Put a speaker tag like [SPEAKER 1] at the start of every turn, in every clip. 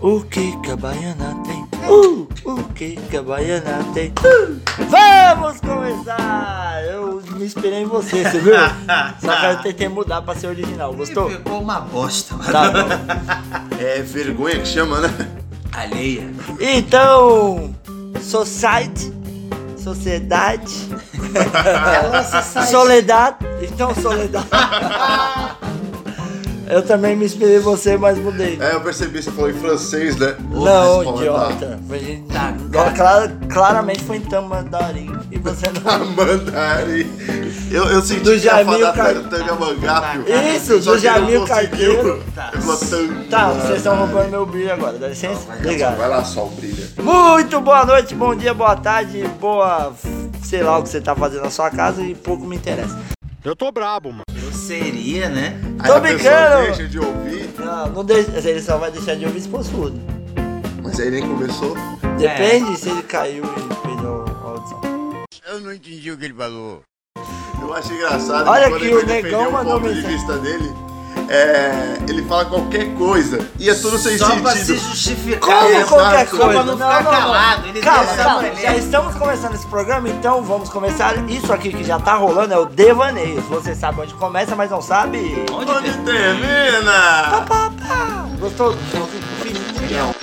[SPEAKER 1] O que que a baiana tem? Uh, o que que a baiana tem? Uh. Vamos começar! Eu me inspirei em você, você viu? Só que eu tentei mudar pra ser original, gostou?
[SPEAKER 2] Ficou uma bosta, mano.
[SPEAKER 1] Tá bom.
[SPEAKER 3] É vergonha que chama, né?
[SPEAKER 2] Alheia.
[SPEAKER 1] Então, Society, Sociedade, Soledade. Então, Soledade. Eu também me inspirei em você, mas mudei.
[SPEAKER 3] É, eu percebi, você falou em francês, né?
[SPEAKER 1] Não,
[SPEAKER 3] Porra,
[SPEAKER 1] idiota. Foi de-
[SPEAKER 2] Tá,
[SPEAKER 1] Ó,
[SPEAKER 2] cara.
[SPEAKER 1] clara- claramente foi em Tamandarim. E você não.
[SPEAKER 3] Mandari. Eu, eu senti
[SPEAKER 1] Do
[SPEAKER 3] que ia
[SPEAKER 1] Jamil
[SPEAKER 3] falar
[SPEAKER 1] Car-
[SPEAKER 3] tartanga mangá, filho.
[SPEAKER 1] Isso,
[SPEAKER 3] Só
[SPEAKER 1] do
[SPEAKER 3] que ele não
[SPEAKER 1] Jamil
[SPEAKER 3] conseguiu.
[SPEAKER 1] Carteiro. Tá.
[SPEAKER 3] Eu vou tanto.
[SPEAKER 1] Tá, vocês estão roubando meu brilho agora, dá licença? Obrigado.
[SPEAKER 3] Vai lá, sol brilha.
[SPEAKER 1] Muito boa noite, bom dia, boa tarde, boa. f- sei lá o que você tá fazendo na sua casa e pouco me interessa.
[SPEAKER 4] Eu tô brabo, mano.
[SPEAKER 2] Eu seria, né?
[SPEAKER 3] Aí a pessoa
[SPEAKER 1] brincando.
[SPEAKER 3] Deixa de ouvir,
[SPEAKER 1] Ah, Não, não deixa, ele só vai deixar de ouvir se for surdo.
[SPEAKER 3] mas aí nem começou.
[SPEAKER 1] Depende
[SPEAKER 2] É.
[SPEAKER 1] se ele caiu e perdeu a audição.
[SPEAKER 4] Eu não entendi o que ele falou.
[SPEAKER 3] Eu acho engraçado
[SPEAKER 1] Olha
[SPEAKER 3] que quando
[SPEAKER 1] aqui,
[SPEAKER 3] ele
[SPEAKER 1] o
[SPEAKER 3] vai defender
[SPEAKER 1] Negão mandou
[SPEAKER 3] ponto de
[SPEAKER 1] mensagem.
[SPEAKER 3] vista dele, é, ele fala qualquer coisa e é tudo sem
[SPEAKER 2] Só
[SPEAKER 3] sentido.
[SPEAKER 2] pra se justificar.
[SPEAKER 1] Como
[SPEAKER 2] né?
[SPEAKER 1] qualquer
[SPEAKER 3] Só
[SPEAKER 1] coisa.
[SPEAKER 2] pra não ficar calado, ele
[SPEAKER 1] calma,
[SPEAKER 2] deixa a
[SPEAKER 1] calma.
[SPEAKER 2] mulher.
[SPEAKER 1] Já estamos começando esse programa, então vamos começar. Isso aqui que já tá rolando é o devaneio. Você sabe onde começa, mas não sabe.
[SPEAKER 3] Onde termina?
[SPEAKER 1] Gostou? do finalzinho? Do fim?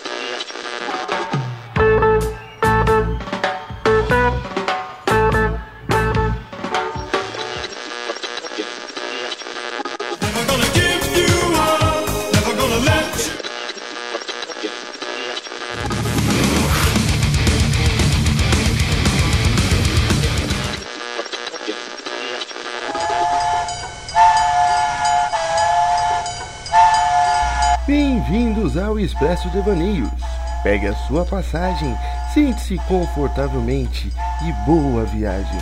[SPEAKER 5] Bem-vindos ao Expresso Devaneios. Pegue a sua passagem, sente-se confortavelmente e boa viagem.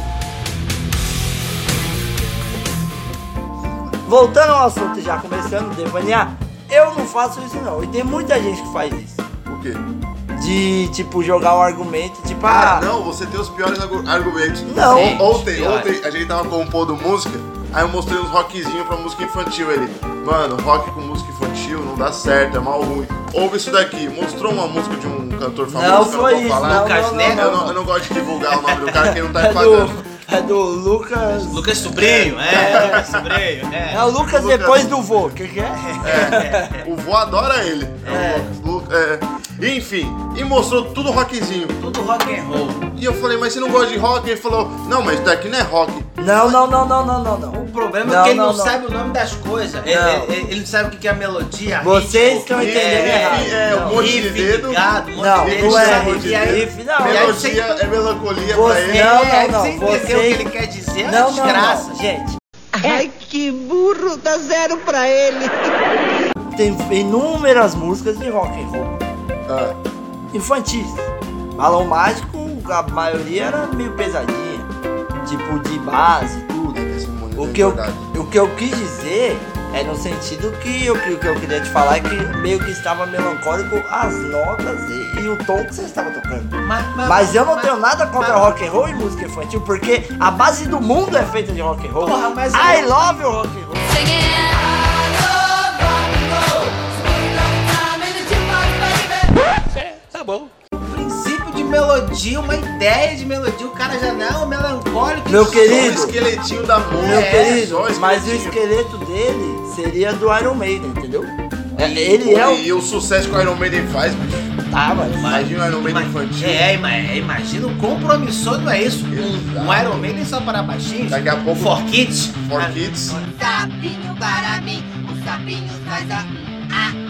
[SPEAKER 1] Voltando ao assunto, já começando, devanear. Eu não faço isso, não. E tem muita gente que faz isso.
[SPEAKER 3] O quê?
[SPEAKER 1] De, tipo, jogar o argumento, tipo,
[SPEAKER 3] Ah,
[SPEAKER 1] ah.
[SPEAKER 3] não, você tem os piores argu- argumentos.
[SPEAKER 1] Não.
[SPEAKER 3] Sim, ontem,
[SPEAKER 2] piores.
[SPEAKER 3] ontem a gente tava compondo música, aí eu mostrei uns rockzinhos pra música infantil ele. Mano, rock com música infantil não dá certo, é mal ruim. Ouve isso daqui, mostrou uma música de um cantor famoso
[SPEAKER 1] Não
[SPEAKER 3] que eu
[SPEAKER 1] foi
[SPEAKER 3] não vou
[SPEAKER 1] isso,
[SPEAKER 3] falar.
[SPEAKER 1] não,
[SPEAKER 2] Lucas
[SPEAKER 1] não, não,
[SPEAKER 2] Neto?
[SPEAKER 3] Eu não,
[SPEAKER 1] não.
[SPEAKER 3] eu não gosto de divulgar o nome do cara, quem não tá
[SPEAKER 1] É
[SPEAKER 3] me pagando.
[SPEAKER 1] do, é do Lucas.
[SPEAKER 2] Lucas Sobrinho, é. Lucas Sobrinho, é.
[SPEAKER 1] É o Lucas
[SPEAKER 3] Lucas.
[SPEAKER 1] depois do vô. O que, que é?
[SPEAKER 3] O vô adora ele. um
[SPEAKER 1] É.
[SPEAKER 3] O Lu- é. Enfim, e mostrou tudo rockzinho.
[SPEAKER 2] Tudo rock and roll.
[SPEAKER 3] E eu falei, mas você não gosta de rock? Ele falou, não, mas isso daqui não é rock.
[SPEAKER 1] Não, não, não, não, não, não, não.
[SPEAKER 2] O problema
[SPEAKER 1] Não,
[SPEAKER 2] é que ele
[SPEAKER 1] não,
[SPEAKER 2] não,
[SPEAKER 1] não.
[SPEAKER 2] sabe o nome das coisas. Ele,
[SPEAKER 1] Não.
[SPEAKER 2] ele- ele não sabe o que que é a melodia.
[SPEAKER 1] Vocês
[SPEAKER 2] ritmo,
[SPEAKER 1] estão
[SPEAKER 3] É,
[SPEAKER 1] entendendo
[SPEAKER 2] é,
[SPEAKER 1] errado.
[SPEAKER 3] é, um
[SPEAKER 1] Não.
[SPEAKER 3] monte de
[SPEAKER 2] riff
[SPEAKER 3] dedo.
[SPEAKER 2] ligado, um monte
[SPEAKER 1] Não,
[SPEAKER 2] de dedo.
[SPEAKER 1] não é
[SPEAKER 2] sabe?
[SPEAKER 1] riff,
[SPEAKER 2] E aí-
[SPEAKER 1] riff, não.
[SPEAKER 2] e aí você-
[SPEAKER 3] Melodia é melancolia pra
[SPEAKER 1] Você-
[SPEAKER 3] ele.
[SPEAKER 1] Não,
[SPEAKER 2] É,
[SPEAKER 1] não, não,
[SPEAKER 2] você entendeu
[SPEAKER 1] você-
[SPEAKER 2] o que ele quer dizer? É
[SPEAKER 1] Não, não,
[SPEAKER 2] desgraça.
[SPEAKER 1] não. Gente,
[SPEAKER 6] Ai, que burro, dá zero pra ele.
[SPEAKER 1] tem inúmeras músicas de rock and roll
[SPEAKER 3] Ah,
[SPEAKER 1] infantis. Balão Mágico, a maioria era meio pesadinha. Tipo, de base, tudo.
[SPEAKER 3] é que esse mundo
[SPEAKER 1] O
[SPEAKER 3] é
[SPEAKER 1] que, eu,
[SPEAKER 3] verdade.
[SPEAKER 1] o que eu quis dizer é no sentido que eu, que o que eu queria te falar é que meio que estava melancólico as notas e, e o tom que você estava tocando.
[SPEAKER 2] Mas,
[SPEAKER 1] Mas eu não tenho nada contra
[SPEAKER 2] mas-
[SPEAKER 1] rock and roll e música infantil, porque a base do mundo é feita de rock and roll.
[SPEAKER 2] Porra, mas-
[SPEAKER 1] I love o rock and roll.
[SPEAKER 2] O princípio de melodia, uma ideia de melodia, o cara já não, é um melancólico.
[SPEAKER 1] Meu
[SPEAKER 2] só
[SPEAKER 1] querido,
[SPEAKER 3] Só o esqueletinho da música.
[SPEAKER 1] Meu
[SPEAKER 2] É,
[SPEAKER 1] querido,
[SPEAKER 3] só o
[SPEAKER 1] mas o
[SPEAKER 3] esqueletinho.
[SPEAKER 1] esqueleto dele seria do Iron Maiden, entendeu? É, ele é o.
[SPEAKER 3] E o sucesso que o Iron Maiden faz, bicho.
[SPEAKER 1] Tá, mas.
[SPEAKER 3] Imagina o Iron Maiden
[SPEAKER 2] Mas-
[SPEAKER 3] infantil.
[SPEAKER 2] É, ima- é, imagina o compromissor não é isso. Um, um
[SPEAKER 3] Exato.
[SPEAKER 2] Iron Maiden só para
[SPEAKER 1] é
[SPEAKER 2] baixinhos.
[SPEAKER 3] Daqui a pouco-
[SPEAKER 2] Um For Kids.
[SPEAKER 3] For
[SPEAKER 2] Ah,
[SPEAKER 1] Tá,
[SPEAKER 3] Kids.
[SPEAKER 7] Sapinho para mim, os sapinhos fazem a. a-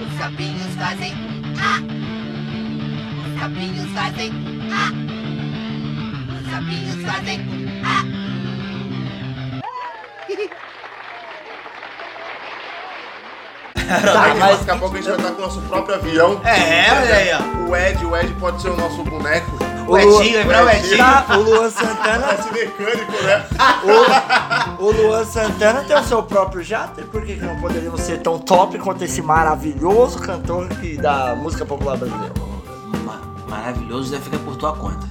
[SPEAKER 7] Os sapinhos fazem a. Os sapinhos fazem a. Os sapinhos fazem ah. a.
[SPEAKER 1] Tá,
[SPEAKER 3] Aí,
[SPEAKER 1] mas.
[SPEAKER 3] Daqui a pouco a gente vai estar com o nosso próprio avião. Né?
[SPEAKER 2] É, olha aí, ó.
[SPEAKER 3] O Ed, o Ed pode ser o nosso boneco.
[SPEAKER 2] O Edinho,
[SPEAKER 3] é
[SPEAKER 2] lembrar o Edinho.
[SPEAKER 1] Tá, o Luan Santana.
[SPEAKER 3] Esse mecânico, né?
[SPEAKER 1] O Luan Santana tem o seu próprio jato. E por que, que não poderíamos ser tão top quanto esse maravilhoso cantor que da música popular brasileira?
[SPEAKER 2] Ma- Maravilhoso, já fica por tua conta.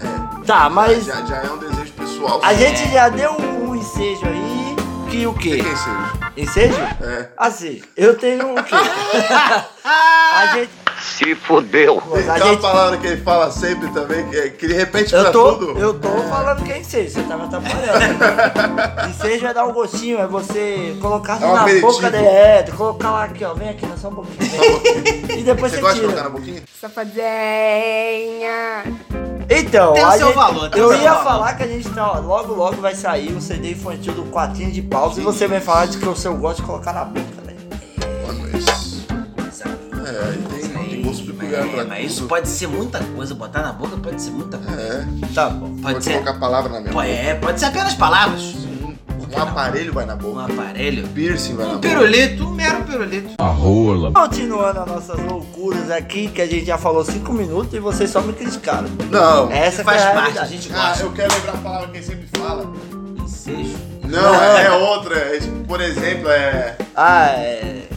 [SPEAKER 1] Tá, mas.
[SPEAKER 3] Já, já é um desejo pessoal.
[SPEAKER 1] A gente já deu um ensejo aí. Que o quê? Ah,
[SPEAKER 3] Quem seja.
[SPEAKER 1] Ensejo?
[SPEAKER 3] É.
[SPEAKER 1] Assim, eu tenho o quê? A gente,
[SPEAKER 8] Se fudeu.
[SPEAKER 1] a
[SPEAKER 3] Aquela
[SPEAKER 1] gente
[SPEAKER 3] palavra que ele fala sempre também, que, é, que ele repete pra
[SPEAKER 1] Eu tô,
[SPEAKER 3] Tá tudo.
[SPEAKER 1] eu tô falando quem seja, você tava atrapalhando. e seja é dar um gostinho, é você colocar
[SPEAKER 3] É um
[SPEAKER 1] na
[SPEAKER 3] aperitivo. Tá
[SPEAKER 1] boca dele, é, colocar lá aqui, ó, vem aqui na sua boquinha. e depois
[SPEAKER 3] Você
[SPEAKER 1] você,
[SPEAKER 3] gosta de colocar
[SPEAKER 1] tira.
[SPEAKER 3] na boquinha?
[SPEAKER 9] Safadinha.
[SPEAKER 1] Então,
[SPEAKER 2] Tem o
[SPEAKER 1] a
[SPEAKER 2] seu
[SPEAKER 1] gente-
[SPEAKER 2] valor, tem o
[SPEAKER 1] eu
[SPEAKER 2] seu
[SPEAKER 1] ia
[SPEAKER 2] valor.
[SPEAKER 1] falar que a gente tá, ó, logo logo vai sair o CD infantil do Quatrinho de Paus e você vai falar de que o seu gosto de colocar na boca, né?
[SPEAKER 3] Ah, mas... É, aí tem, tem gosto peculiar pra
[SPEAKER 2] É, mas isso
[SPEAKER 3] tudo.
[SPEAKER 2] pode ser muita coisa, botar na boca pode ser muita coisa.
[SPEAKER 3] É,
[SPEAKER 1] Tá bom.
[SPEAKER 2] Pode
[SPEAKER 3] pode
[SPEAKER 2] ser.
[SPEAKER 3] colocar palavra na minha
[SPEAKER 2] Pô,
[SPEAKER 3] boca.
[SPEAKER 2] É, pode ser apenas palavras.
[SPEAKER 3] Um aparelho vai na
[SPEAKER 2] Um
[SPEAKER 3] boca.
[SPEAKER 2] aparelho.
[SPEAKER 3] Um piercing vai na
[SPEAKER 2] Um
[SPEAKER 3] boca.
[SPEAKER 2] pirulito, um mero pirulito.
[SPEAKER 1] Continuando as nossas loucuras aqui, que a gente já falou 5 minutos e vocês só me criticaram.
[SPEAKER 3] Não.
[SPEAKER 1] Essa que é
[SPEAKER 2] Faz
[SPEAKER 1] a
[SPEAKER 2] parte, a
[SPEAKER 1] realidade.
[SPEAKER 2] gente
[SPEAKER 3] Ah,
[SPEAKER 2] gosta.
[SPEAKER 3] eu quero lembrar a palavra que ele sempre fala.
[SPEAKER 2] Ensejo.
[SPEAKER 3] Não, é, é outra. é, Por exemplo, é.
[SPEAKER 1] Ah, é.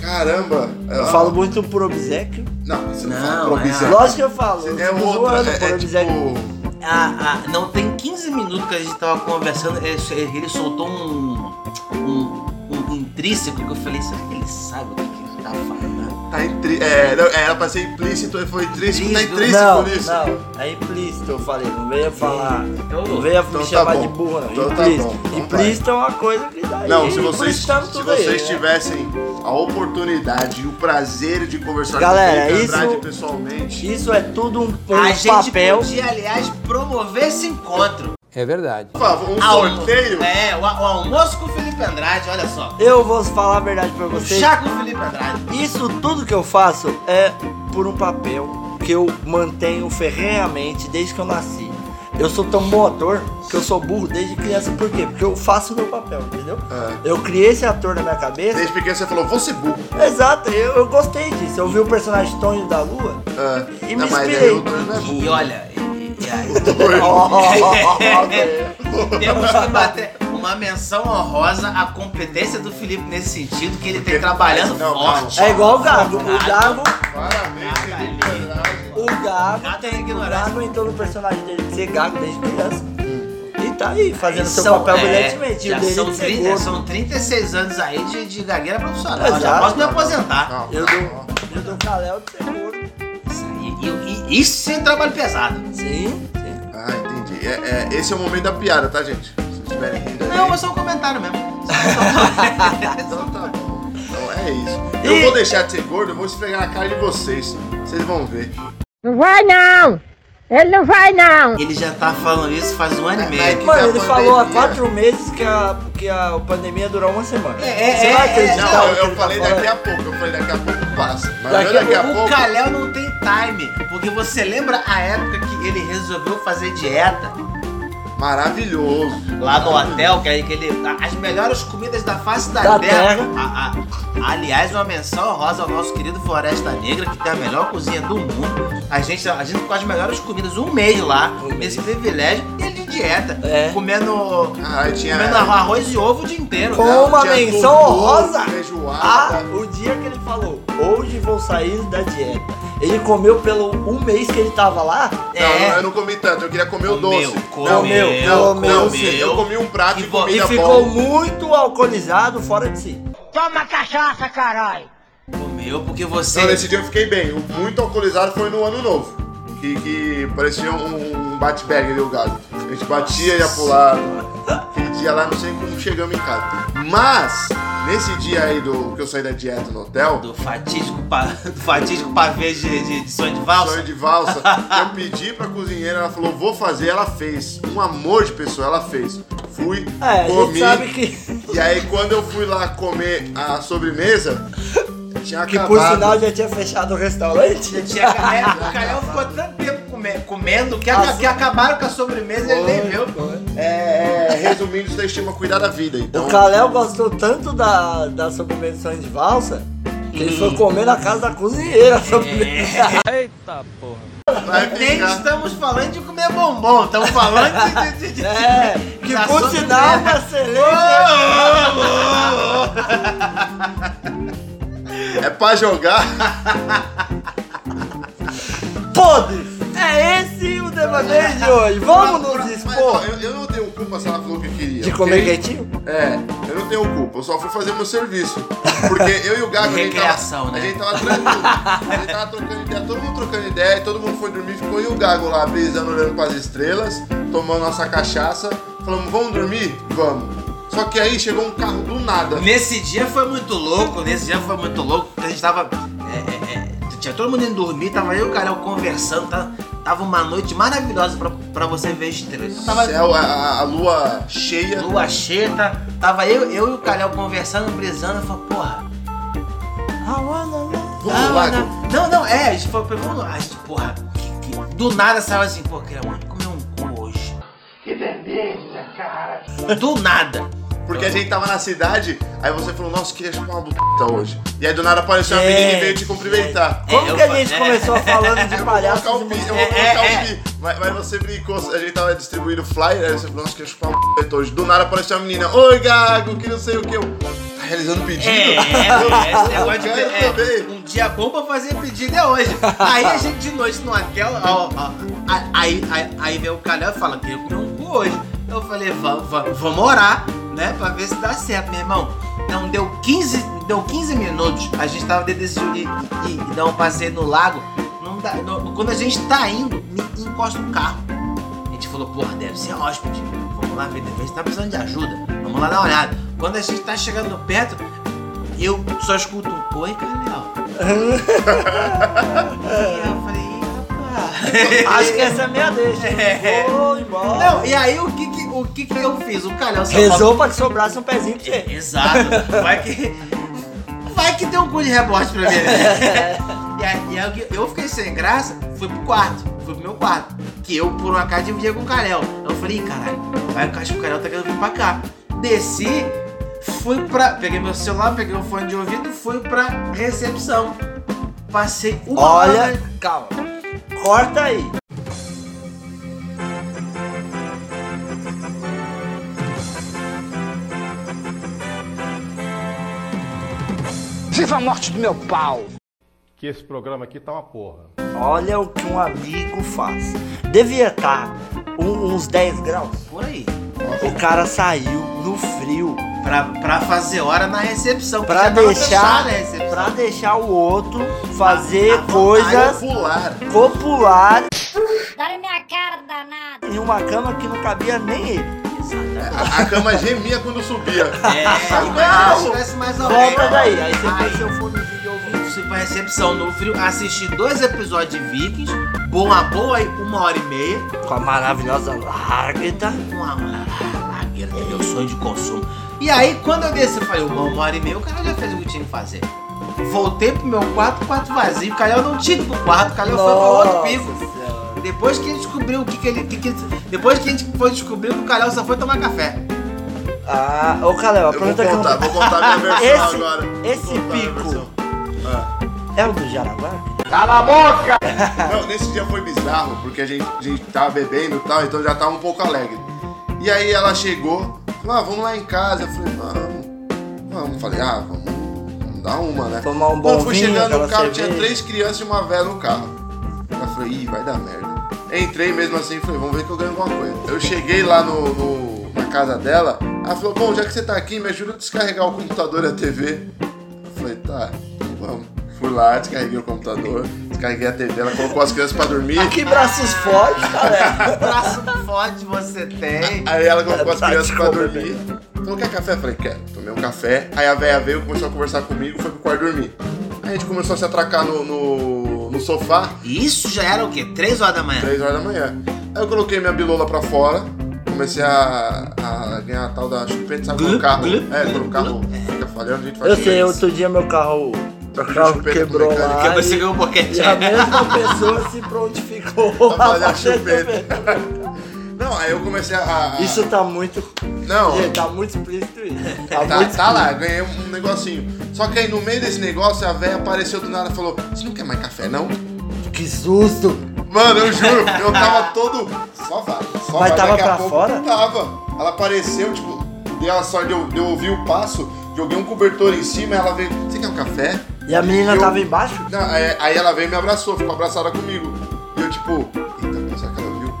[SPEAKER 3] Caramba.
[SPEAKER 1] Eu falo muito por obséquio.
[SPEAKER 3] Não, você não,
[SPEAKER 2] Não,
[SPEAKER 3] fala pro
[SPEAKER 2] é
[SPEAKER 3] obséquio.
[SPEAKER 1] Lógico que eu falo. eu
[SPEAKER 3] É
[SPEAKER 1] fico
[SPEAKER 3] outra.
[SPEAKER 1] zoando
[SPEAKER 3] É,
[SPEAKER 1] por
[SPEAKER 3] é
[SPEAKER 1] obséquio.
[SPEAKER 3] tipo.
[SPEAKER 2] Ah, ah, não, tem 15 minutos que a gente tava conversando, ele, ele soltou um, um, um intrínseco que eu falei, será que ele sabe o que, que ele tá falando?
[SPEAKER 3] Tá intri... é, não, era pra ser implícito, ele foi intrínseco. Tá
[SPEAKER 2] Intrínseco.
[SPEAKER 3] intrínseco
[SPEAKER 1] Não,
[SPEAKER 3] nisso.
[SPEAKER 1] não, é implícito, eu falei, não venha falar.
[SPEAKER 2] Então-
[SPEAKER 1] Não venha
[SPEAKER 3] então
[SPEAKER 1] me
[SPEAKER 3] tá
[SPEAKER 1] chamar
[SPEAKER 3] bom.
[SPEAKER 1] de burro, não.
[SPEAKER 3] Então tá
[SPEAKER 1] implícito.
[SPEAKER 3] bom, então vai.
[SPEAKER 1] implícito é uma coisa que dá
[SPEAKER 3] Não,
[SPEAKER 1] aí,
[SPEAKER 3] se vocês, se
[SPEAKER 1] implicitando tudo aí,
[SPEAKER 3] vocês
[SPEAKER 1] né?
[SPEAKER 3] tivessem a oportunidade e o prazer de conversar
[SPEAKER 1] Galera,
[SPEAKER 3] com o Felipe Andrade
[SPEAKER 1] isso-
[SPEAKER 3] pessoalmente,
[SPEAKER 1] Isso é tudo um,
[SPEAKER 2] a
[SPEAKER 1] um
[SPEAKER 2] gente
[SPEAKER 1] papel.
[SPEAKER 2] podia, aliás, promover esse encontro.
[SPEAKER 3] por favor, um
[SPEAKER 2] Almo-
[SPEAKER 3] sorteio.
[SPEAKER 2] É, o, o almoço com o Felipe Andrade, olha só.
[SPEAKER 1] Eu vou falar a verdade pra
[SPEAKER 2] O
[SPEAKER 1] vocês.
[SPEAKER 2] chá com o Felipe Andrade.
[SPEAKER 1] Isso tudo que eu faço é por um papel que eu mantenho ferreamente desde que eu nasci. Eu sou tão bom ator que eu sou burro desde criança. Por quê? Porque eu faço o meu papel, entendeu?
[SPEAKER 3] É.
[SPEAKER 1] Eu criei esse ator na minha cabeça.
[SPEAKER 3] Desde pequeno você falou, você burro.
[SPEAKER 1] Exato, eu, eu gostei disso. Eu vi o personagem Tonho da Lua.
[SPEAKER 3] É.
[SPEAKER 1] E me
[SPEAKER 3] Não, mas aí
[SPEAKER 1] inspirei.
[SPEAKER 3] o Antônio não é burro.
[SPEAKER 2] E olha, e- e- e-
[SPEAKER 3] Oh,
[SPEAKER 1] Ó,
[SPEAKER 2] Temos que bater uma menção honrosa à competência do Felipe nesse sentido, que ele tem trabalhando
[SPEAKER 3] Não,
[SPEAKER 2] forte.
[SPEAKER 1] é igual o Gago. O Gago,
[SPEAKER 3] Parabéns, Felipe Andrade.
[SPEAKER 1] o Gago.
[SPEAKER 2] Gato é
[SPEAKER 1] O
[SPEAKER 2] ignorante.
[SPEAKER 1] Gago entrou no personagem dele de ser Gago desde criança. E tá aí, fazendo seu
[SPEAKER 2] São-
[SPEAKER 1] papel
[SPEAKER 2] é,
[SPEAKER 1] brilhantemente. E o
[SPEAKER 2] Já
[SPEAKER 1] dele
[SPEAKER 2] são,
[SPEAKER 1] de
[SPEAKER 2] 30,
[SPEAKER 1] ser gordo.
[SPEAKER 2] são 36 anos aí de, de gagueira profissional. Eu Já
[SPEAKER 1] Exato.
[SPEAKER 2] posso me aposentar.
[SPEAKER 3] Calma,
[SPEAKER 1] Eu
[SPEAKER 3] calma.
[SPEAKER 1] dou, eu dou Kalel de ser gordo.
[SPEAKER 2] Isso aí, e- e- Isso é trabalho pesado.
[SPEAKER 1] Sim, sim.
[SPEAKER 3] Ah, entendi. É, é, esse é o momento da piada, tá, gente? Se vocês estiverem rindo aí.
[SPEAKER 2] Não, é só um comentário mesmo.
[SPEAKER 3] Então tá bom. Então é isso. Eu
[SPEAKER 1] E-
[SPEAKER 3] vou deixar de ser gordo, eu vou esfregar na cara de vocês. Vocês vão ver.
[SPEAKER 9] Não vai não! Ele não vai não!
[SPEAKER 2] Ele já tá falando isso faz um
[SPEAKER 3] É,
[SPEAKER 2] ano e meio.
[SPEAKER 1] Mano,
[SPEAKER 3] da
[SPEAKER 1] ele falou há
[SPEAKER 3] pandemia.
[SPEAKER 1] quatro meses que a, que a pandemia durou uma semana.
[SPEAKER 2] É, é,
[SPEAKER 1] Você
[SPEAKER 2] é,
[SPEAKER 1] vai
[SPEAKER 2] é.
[SPEAKER 1] acreditar?
[SPEAKER 3] Não,
[SPEAKER 1] no que
[SPEAKER 3] eu,
[SPEAKER 1] ele
[SPEAKER 3] eu
[SPEAKER 1] tá
[SPEAKER 3] falei
[SPEAKER 1] falando?
[SPEAKER 3] daqui a pouco, eu falei daqui a pouco passa. Mas
[SPEAKER 1] Daqui
[SPEAKER 3] daqui,
[SPEAKER 1] a
[SPEAKER 3] daqui a
[SPEAKER 2] O
[SPEAKER 3] pouco.
[SPEAKER 2] Calhau não tem time, porque você lembra a época que ele resolveu fazer dieta?
[SPEAKER 3] Maravilhoso.
[SPEAKER 2] Lá no hotel, que é que ele. a- As melhores comidas da face da,
[SPEAKER 1] Da
[SPEAKER 2] terra.
[SPEAKER 1] terra.
[SPEAKER 2] A- a- aliás, uma menção rosa ao nosso querido Floresta Negra, que tem a melhor cozinha do mundo. A gente, a gente com as melhores comidas um mês lá,
[SPEAKER 1] Um
[SPEAKER 2] nesse privilégio, e ele de dieta.
[SPEAKER 1] É.
[SPEAKER 2] Comendo.
[SPEAKER 3] Caralho, tinha.
[SPEAKER 2] Comendo arroz e ovo o dia inteiro.
[SPEAKER 1] Com uma
[SPEAKER 3] tinha
[SPEAKER 1] menção
[SPEAKER 3] tutu,
[SPEAKER 1] honrosa. Ah,
[SPEAKER 3] Feijoada.
[SPEAKER 1] o dia que ele falou, hoje vou sair da dieta. Ele comeu pelo um mês que ele tava lá.
[SPEAKER 3] Não,
[SPEAKER 2] É.
[SPEAKER 3] eu não comi tanto, eu queria comer o
[SPEAKER 2] Comeu,
[SPEAKER 3] doce.
[SPEAKER 2] comeu,
[SPEAKER 3] não, não,
[SPEAKER 1] comeu.
[SPEAKER 3] não, sim, eu comi um prato
[SPEAKER 2] E
[SPEAKER 3] de
[SPEAKER 2] vo- e
[SPEAKER 1] E
[SPEAKER 3] comida
[SPEAKER 1] ficou um
[SPEAKER 3] bom.
[SPEAKER 1] muito alcoolizado, fora de si.
[SPEAKER 9] Toma cachaça, caralho!
[SPEAKER 2] Comeu, porque
[SPEAKER 3] Não,
[SPEAKER 2] você.
[SPEAKER 3] nesse dia eu fiquei bem. O muito alcoolizado foi no ano novo. Que, que parecia um, um bate-bag ali, o gado. A gente batia e ia pro lado. Aquele dia lá, não sei como chegamos em casa. Mas, nesse dia aí do que eu saí da dieta no hotel,
[SPEAKER 2] Do fatídico, pa, do fatídico pavê de, de, de sonho de valsa.
[SPEAKER 3] sonho de valsa, eu pedi pra cozinheira, ela falou, vou fazer, ela fez. Um amor de pessoa, ela fez. Fui,
[SPEAKER 1] É, a gente
[SPEAKER 3] comi.
[SPEAKER 1] sabe que,
[SPEAKER 3] E aí quando eu fui lá comer a sobremesa, tinha
[SPEAKER 1] que
[SPEAKER 3] acabado.
[SPEAKER 1] por sinal já tinha fechado o restaurante.
[SPEAKER 2] Já tinha galera- o Calhau ficou tanto tempo come- comendo que, aca-
[SPEAKER 1] Nossa.
[SPEAKER 2] que acabaram com a sobremesa e ele nem viu.
[SPEAKER 3] É, é, resumindo, vocês tinham que cuidar da vida. Então,
[SPEAKER 1] O Kalel gostou tanto da, da sobremesa de valsa que ele
[SPEAKER 3] Hum.
[SPEAKER 1] foi comer na casa da cozinheira. a sobremesa.
[SPEAKER 3] vai
[SPEAKER 2] Nem
[SPEAKER 3] ficar.
[SPEAKER 2] estamos falando de comer bombom, estamos falando de. de, de, de-
[SPEAKER 1] É, que
[SPEAKER 2] da
[SPEAKER 1] por sinal,
[SPEAKER 2] sobremesa.
[SPEAKER 1] uma excelente.
[SPEAKER 3] É pra jogar.
[SPEAKER 1] Podre! É esse o devaneio de hoje. Vamos nos
[SPEAKER 3] Mas,
[SPEAKER 1] expor
[SPEAKER 3] ó, eu, eu não tenho culpa se ela falou o que eu queria.
[SPEAKER 1] de comer
[SPEAKER 3] ok?
[SPEAKER 1] quietinho?
[SPEAKER 3] É, eu não tenho culpa, eu só fui fazer meu serviço. Porque eu e o Gago, a gente
[SPEAKER 2] Recreação,
[SPEAKER 3] tava,
[SPEAKER 2] né?
[SPEAKER 3] a gente tava tranquilo. A gente tava trocando ideia, todo mundo trocando ideia, e todo mundo foi dormir, ficou eu e o Gago lá, brisando, olhando pras estrelas, tomando nossa cachaça. Falamos, vamos dormir? Vamos. Só que aí chegou um carro do nada.
[SPEAKER 2] Nesse dia foi muito louco, nesse dia foi muito louco, porque a gente tava. é, é, é, tinha todo mundo indo dormir, tava eu e o Carol conversando, tá- tava uma noite maravilhosa pra, pra você ver estrelas. Tava
[SPEAKER 3] Céu, a- a, a lua cheia.
[SPEAKER 2] lua cheia, tá- tava eu, eu e o Carol conversando, brisando, eu falei, porra.
[SPEAKER 3] Vamos
[SPEAKER 2] ah,
[SPEAKER 3] lá,
[SPEAKER 2] não,
[SPEAKER 1] né?
[SPEAKER 3] Gago.
[SPEAKER 2] não, não, é, a gente falou, vamos lá, a gente, porra. que- que- do nada saiu assim, pô, Carol, vamos comer um cu hoje. Que delícia, cara. Do nada.
[SPEAKER 3] Porque a gente tava na cidade, aí você falou, nossa, queria chupar uma buceta hoje. E aí do nada apareceu uma
[SPEAKER 1] É.
[SPEAKER 3] menina e veio te cumprimentar.
[SPEAKER 2] É,
[SPEAKER 1] Como
[SPEAKER 2] eu
[SPEAKER 1] que a
[SPEAKER 2] falei,
[SPEAKER 1] gente
[SPEAKER 2] é.
[SPEAKER 1] começou falando de
[SPEAKER 3] Eu
[SPEAKER 1] palhaços
[SPEAKER 3] vou colocar o
[SPEAKER 1] e
[SPEAKER 3] pi,
[SPEAKER 1] música?
[SPEAKER 3] eu vou
[SPEAKER 2] É,
[SPEAKER 3] colocar
[SPEAKER 2] é,
[SPEAKER 3] o pi. Mas, mas você brincou, a gente tava distribuindo flyer, aí você falou, nossa, queria chupar uma buceta hoje. Do nada apareceu uma menina, oi, Gago, que não sei o que. Eu, tá realizando pedido?
[SPEAKER 2] É, é, esse negócio de-
[SPEAKER 3] Eu
[SPEAKER 2] é,
[SPEAKER 3] também.
[SPEAKER 2] um dia bom pra fazer pedido é hoje. Aí a gente de noite no hotel, ó, ó, a- aí, aí, aí vem o calhau e fala, queria comer um cu hoje. Eu falei, vamos, vamos, vamos orar, né, pra ver se dá certo, meu irmão. Então deu 15, deu 15 minutos, a gente tava de- decidindo ir, ir- ir dar um passeio no lago. Não dá- não- quando a gente tá indo, me encosta um carro. A gente falou, porra, deve ser hóspede. Vamos lá ver, de repente tá precisando de ajuda. Vamos lá dar uma olhada. Quando a gente tá chegando perto, eu só escuto um oi, Calhau. e eu falei, "Ih, rapaz.
[SPEAKER 1] Acho que essa é a minha deixa.
[SPEAKER 2] É.
[SPEAKER 1] hein? Vou embora.
[SPEAKER 2] Não, e aí o que que, o que, que eu fiz? O Calhau só
[SPEAKER 1] Rezou pra que sobrasse um pezinho pra você.
[SPEAKER 2] É, Exato. Vai que. Vai que deu um cu de rebote pra mim. né? e aí, e aí eu fiquei sem graça, fui pro quarto. Fui pro meu quarto. Que eu, por um acaso, dividia com o Carel. Eu falei, "Ih, caralho, vai, eu acho que o Carel tá querendo vir pra cá. Desci, fui pra. Peguei meu celular, peguei um fone de ouvido, fui pra recepção. Passei uma
[SPEAKER 1] Olha,
[SPEAKER 2] hora-
[SPEAKER 1] calma. Corta aí.
[SPEAKER 5] Que esse programa aqui tá uma porra.
[SPEAKER 1] Olha o que um amigo faz. Devia estar uns 10 graus.
[SPEAKER 2] Por aí.
[SPEAKER 1] O cara saiu no frio
[SPEAKER 2] Pra, pra fazer hora na recepção.
[SPEAKER 1] pra
[SPEAKER 2] porque já tava
[SPEAKER 1] deixar,
[SPEAKER 2] fechada a recepção.
[SPEAKER 1] pra deixar o outro fazer
[SPEAKER 2] a
[SPEAKER 1] coisas
[SPEAKER 3] Pular.
[SPEAKER 1] populares
[SPEAKER 8] Daram minha cara danada.
[SPEAKER 1] em uma cama que não cabia nem ele.
[SPEAKER 3] A, a cama gemia quando subia.
[SPEAKER 2] É, imagina se tivesse mais alguém.
[SPEAKER 1] Volta daí, aí você
[SPEAKER 2] Ai.
[SPEAKER 1] põe seu fonezinho de ouvido.
[SPEAKER 2] Fui pra recepção no frio, assisti dois episódios de Vikings, boa boa aí, uma hora e meia,
[SPEAKER 1] Com a maravilhosa larga.
[SPEAKER 2] uma lagueira do Ah, é meu sonho de consumo. E aí, quando eu desci, eu falei, uma, uma hora e meia, o cara já fez o que tinha que fazer. Voltei pro meu quarto, quarto vazio, o Calhau não tinha ido pro quarto, o Calhau foi pro outro pico. Depois que a gente descobriu o que que ele... que que- depois que a gente foi descobrir que o Calhau só foi tomar café.
[SPEAKER 1] Ah, ô Caleb, a
[SPEAKER 3] Eu vou
[SPEAKER 1] pergunta que eu
[SPEAKER 3] contar, vou contar minha versão
[SPEAKER 1] Esse-
[SPEAKER 3] agora.
[SPEAKER 1] esse
[SPEAKER 3] Vou contar minha
[SPEAKER 1] pico.
[SPEAKER 3] versão. Ah.
[SPEAKER 1] É o do Jaraguá?
[SPEAKER 3] Não, nesse dia foi bizarro, porque a gente, a gente tava bebendo e tal, então já tava um pouco alegre. E aí ela chegou, falou, ah, vamos lá em casa. Eu falei, vamos. Vamos. Falei, ah, vamos, vamos dar uma, né?
[SPEAKER 1] Tomar um
[SPEAKER 3] Quando eu fui
[SPEAKER 1] bom vinho,
[SPEAKER 3] chegando no
[SPEAKER 1] aquela
[SPEAKER 3] carro,
[SPEAKER 1] cerveja.
[SPEAKER 3] tinha três crianças e uma velha no carro. Eu falei, ih, vai dar merda. Entrei mesmo assim e falei, vamos ver que eu ganho alguma coisa. Eu cheguei lá no, no- na casa dela, ela falou, bom, já que você tá aqui, me ajuda a descarregar o computador e a TV. Eu falei, tá, vamos. Fui lá, descarreguei o computador, descarreguei a TV, ela colocou as crianças pra dormir.
[SPEAKER 1] Que braços fortes, cara.
[SPEAKER 2] Braço forte você tem.
[SPEAKER 3] Aí ela colocou as
[SPEAKER 1] Tá,
[SPEAKER 3] crianças pra
[SPEAKER 1] desculpa,
[SPEAKER 3] dormir. Falou, quer café? Eu falei, quero. Tomei um café. Aí a véia veio, começou a conversar comigo, foi pro quarto dormir. Aí a gente começou a se atracar no, no, no sofá,
[SPEAKER 2] E Isso já era o quê? Três horas da manhã.
[SPEAKER 3] 3 horas da manhã. Aí eu coloquei minha bilola pra fora, comecei a, a ganhar a tal da chupeta, sabe? Quando o
[SPEAKER 2] Glup,
[SPEAKER 3] carro.
[SPEAKER 2] glup,
[SPEAKER 3] é, quando o
[SPEAKER 2] glup,
[SPEAKER 3] carro fica falhando, a gente faz
[SPEAKER 1] Eu sei,
[SPEAKER 3] chupeta.
[SPEAKER 1] outro dia meu carro. Meu carro
[SPEAKER 3] chupeta
[SPEAKER 1] quebrou
[SPEAKER 3] com mecânico.
[SPEAKER 1] lá.
[SPEAKER 2] Porque você
[SPEAKER 1] e-
[SPEAKER 2] ganhou um boquete.
[SPEAKER 1] E a mesma pessoa se prontificou
[SPEAKER 3] Pra fazer Tá a
[SPEAKER 1] fazer
[SPEAKER 3] chupeta.
[SPEAKER 1] também.
[SPEAKER 3] Não, aí eu comecei a. a-
[SPEAKER 1] Isso tá muito.
[SPEAKER 3] Não.
[SPEAKER 1] Gente, tá muito explícito isso. Tá,
[SPEAKER 3] Tá,
[SPEAKER 1] muito
[SPEAKER 3] tá lá, ganhei um negocinho. Só que aí no meio desse negócio, a véia apareceu do nada e falou: Você não quer mais café, não?
[SPEAKER 1] Que susto!
[SPEAKER 3] Mano, eu juro, eu tava todo. Só vai, só
[SPEAKER 1] Mas
[SPEAKER 3] vai.
[SPEAKER 1] tava
[SPEAKER 3] Daqui a
[SPEAKER 1] pra
[SPEAKER 3] pouco
[SPEAKER 1] fora?
[SPEAKER 3] Tava. Ela apareceu, tipo, deu a sorte de eu, de eu ouvir o passo, joguei um cobertor em cima, ela veio. Você quer um café?
[SPEAKER 1] E a menina
[SPEAKER 3] Eu-
[SPEAKER 1] tava embaixo?
[SPEAKER 3] Não, aí, aí ela veio e me abraçou, ficou abraçada comigo. E eu, tipo, eita, pô, será que ela viu?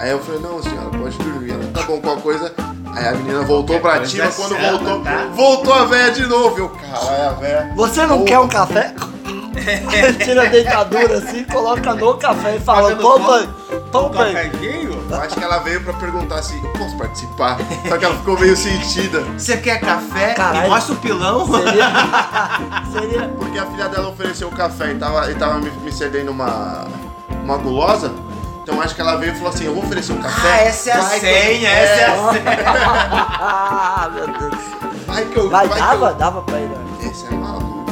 [SPEAKER 3] Aí eu falei, não, senhora, pode dormir. Ela, tá bom, qualquer coisa. Aí a menina voltou
[SPEAKER 2] Qualquer
[SPEAKER 3] pra
[SPEAKER 2] coisa
[SPEAKER 3] Tiva,
[SPEAKER 2] é
[SPEAKER 3] quando
[SPEAKER 2] cela,
[SPEAKER 3] voltou,
[SPEAKER 2] tá?
[SPEAKER 3] voltou a véia de novo. Eu, caralho, a véia.
[SPEAKER 1] Você não
[SPEAKER 3] Porra.
[SPEAKER 1] quer um café? Tira a deitadura assim, coloca no café e fala,
[SPEAKER 2] Fazendo
[SPEAKER 1] toma,
[SPEAKER 2] Um
[SPEAKER 1] toma.
[SPEAKER 2] cafezinho?
[SPEAKER 3] Eu acho que ela veio pra perguntar se eu posso participar. Só que ela ficou meio sentida,
[SPEAKER 2] Você quer café?
[SPEAKER 1] Caralho.
[SPEAKER 2] E mostra o pilão?
[SPEAKER 1] Seria, seria,
[SPEAKER 3] porque a filha dela ofereceu o café e tava, e tava me, me cedendo uma, uma gulosa. Então acho que ela veio e falou assim: eu vou oferecer um café.
[SPEAKER 2] Ah, essa é a
[SPEAKER 3] Vai que eu-
[SPEAKER 2] senha, essa é a senha.
[SPEAKER 1] ah, meu Deus.
[SPEAKER 3] Vai que eu.
[SPEAKER 1] Vai,
[SPEAKER 3] que
[SPEAKER 1] dava,
[SPEAKER 2] um.
[SPEAKER 1] dava pra ir. né?
[SPEAKER 3] eu- Esse é maluco.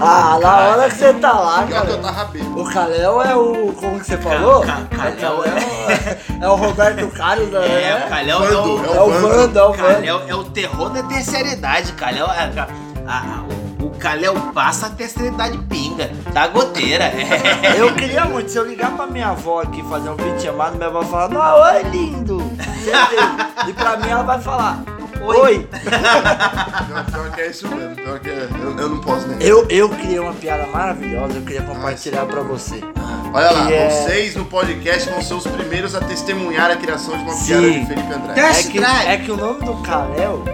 [SPEAKER 1] Ah, na
[SPEAKER 2] um.
[SPEAKER 1] hora que você tá lá,
[SPEAKER 3] Pior que
[SPEAKER 1] cara.
[SPEAKER 3] eu tava bêbado.
[SPEAKER 1] O Kalel é o. Como que você falou?
[SPEAKER 2] Ca- ca- Kalel
[SPEAKER 1] é, o- é o Roberto Carlos, né?
[SPEAKER 2] É, o Calhau é
[SPEAKER 3] Vando,
[SPEAKER 2] o.
[SPEAKER 3] é
[SPEAKER 1] É o
[SPEAKER 3] Vando.
[SPEAKER 1] Vando, é o Vando.
[SPEAKER 2] Calhau é o terror da terceira idade, Calhau. é- a- a- o- o Calhau passa a terceira idade pinga. Da goteira. É.
[SPEAKER 1] Eu queria muito, se eu ligar pra minha avó aqui fazer um vídeo chamado, minha avó fala, não, oi lindo! Você vê. E pra mim ela vai falar, oi.
[SPEAKER 2] Oi.
[SPEAKER 3] Pior, pior que é isso mesmo. Pior que é. Eu, eu não posso negar.
[SPEAKER 1] Eu, eu criei uma piada maravilhosa, eu queria compartilhar pra você.
[SPEAKER 3] Olha lá,
[SPEAKER 1] que é-
[SPEAKER 3] vocês no podcast vão ser os primeiros a testemunhar a criação de uma
[SPEAKER 1] Sim.
[SPEAKER 3] piada de Felipe Andrade.
[SPEAKER 1] É
[SPEAKER 2] Test
[SPEAKER 1] que,
[SPEAKER 2] drive.
[SPEAKER 1] é que o nome do Kalel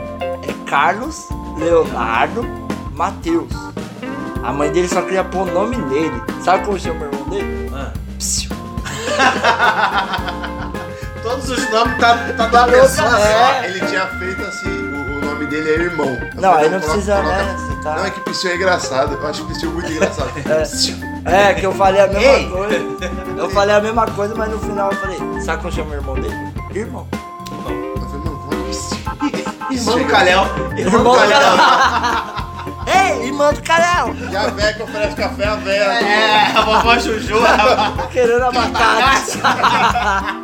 [SPEAKER 1] é Carlos Leonardo Mateus. A mãe dele só queria pôr o nome nele. Sabe como chama o irmão dele?
[SPEAKER 2] Ah.
[SPEAKER 1] Psiu.
[SPEAKER 2] Todos os nomes tá, tá da
[SPEAKER 1] Tá
[SPEAKER 2] pessoa.
[SPEAKER 1] louco,
[SPEAKER 2] só.
[SPEAKER 1] é.
[SPEAKER 3] Ele tinha feito assim, o, o nome dele é irmão. Eu
[SPEAKER 1] Não,
[SPEAKER 3] falei,
[SPEAKER 1] aí não
[SPEAKER 3] coloca-
[SPEAKER 1] precisa,
[SPEAKER 3] coloca-
[SPEAKER 1] né? Você tá-
[SPEAKER 3] Não, é que Psyu é engraçado. Eu acho Psyu muito engraçado.
[SPEAKER 1] É, que eu falei a mesma
[SPEAKER 2] Ei.
[SPEAKER 1] coisa. Eu falei a mesma coisa, mas no final eu falei, sabe como chama o irmão dele? Irmão.
[SPEAKER 3] Eu falei, mano, como é Psyu?
[SPEAKER 2] Irmão do
[SPEAKER 3] Chega.
[SPEAKER 2] Calhau. Irmão do Calhau.
[SPEAKER 1] Ei, irmão do Carel!
[SPEAKER 3] E a véia que oferece café, a véia.
[SPEAKER 2] É, a vovó Juju.
[SPEAKER 1] Tá querendo a
[SPEAKER 2] Ah,
[SPEAKER 1] batata.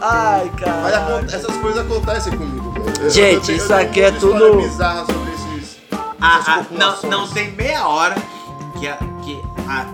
[SPEAKER 1] Ai,
[SPEAKER 3] Mas
[SPEAKER 1] cara.
[SPEAKER 3] aconte- essas coisas acontecem comigo, velho. Eu- eu
[SPEAKER 1] Gente,
[SPEAKER 3] tenho- eu
[SPEAKER 1] isso
[SPEAKER 3] tenho
[SPEAKER 1] aqui é
[SPEAKER 3] muita história
[SPEAKER 1] tudo-
[SPEAKER 3] bizarra sobre esses...
[SPEAKER 2] Ah,
[SPEAKER 3] essas
[SPEAKER 2] ah, não,
[SPEAKER 3] populações.
[SPEAKER 2] não tem meia hora que, a, que a,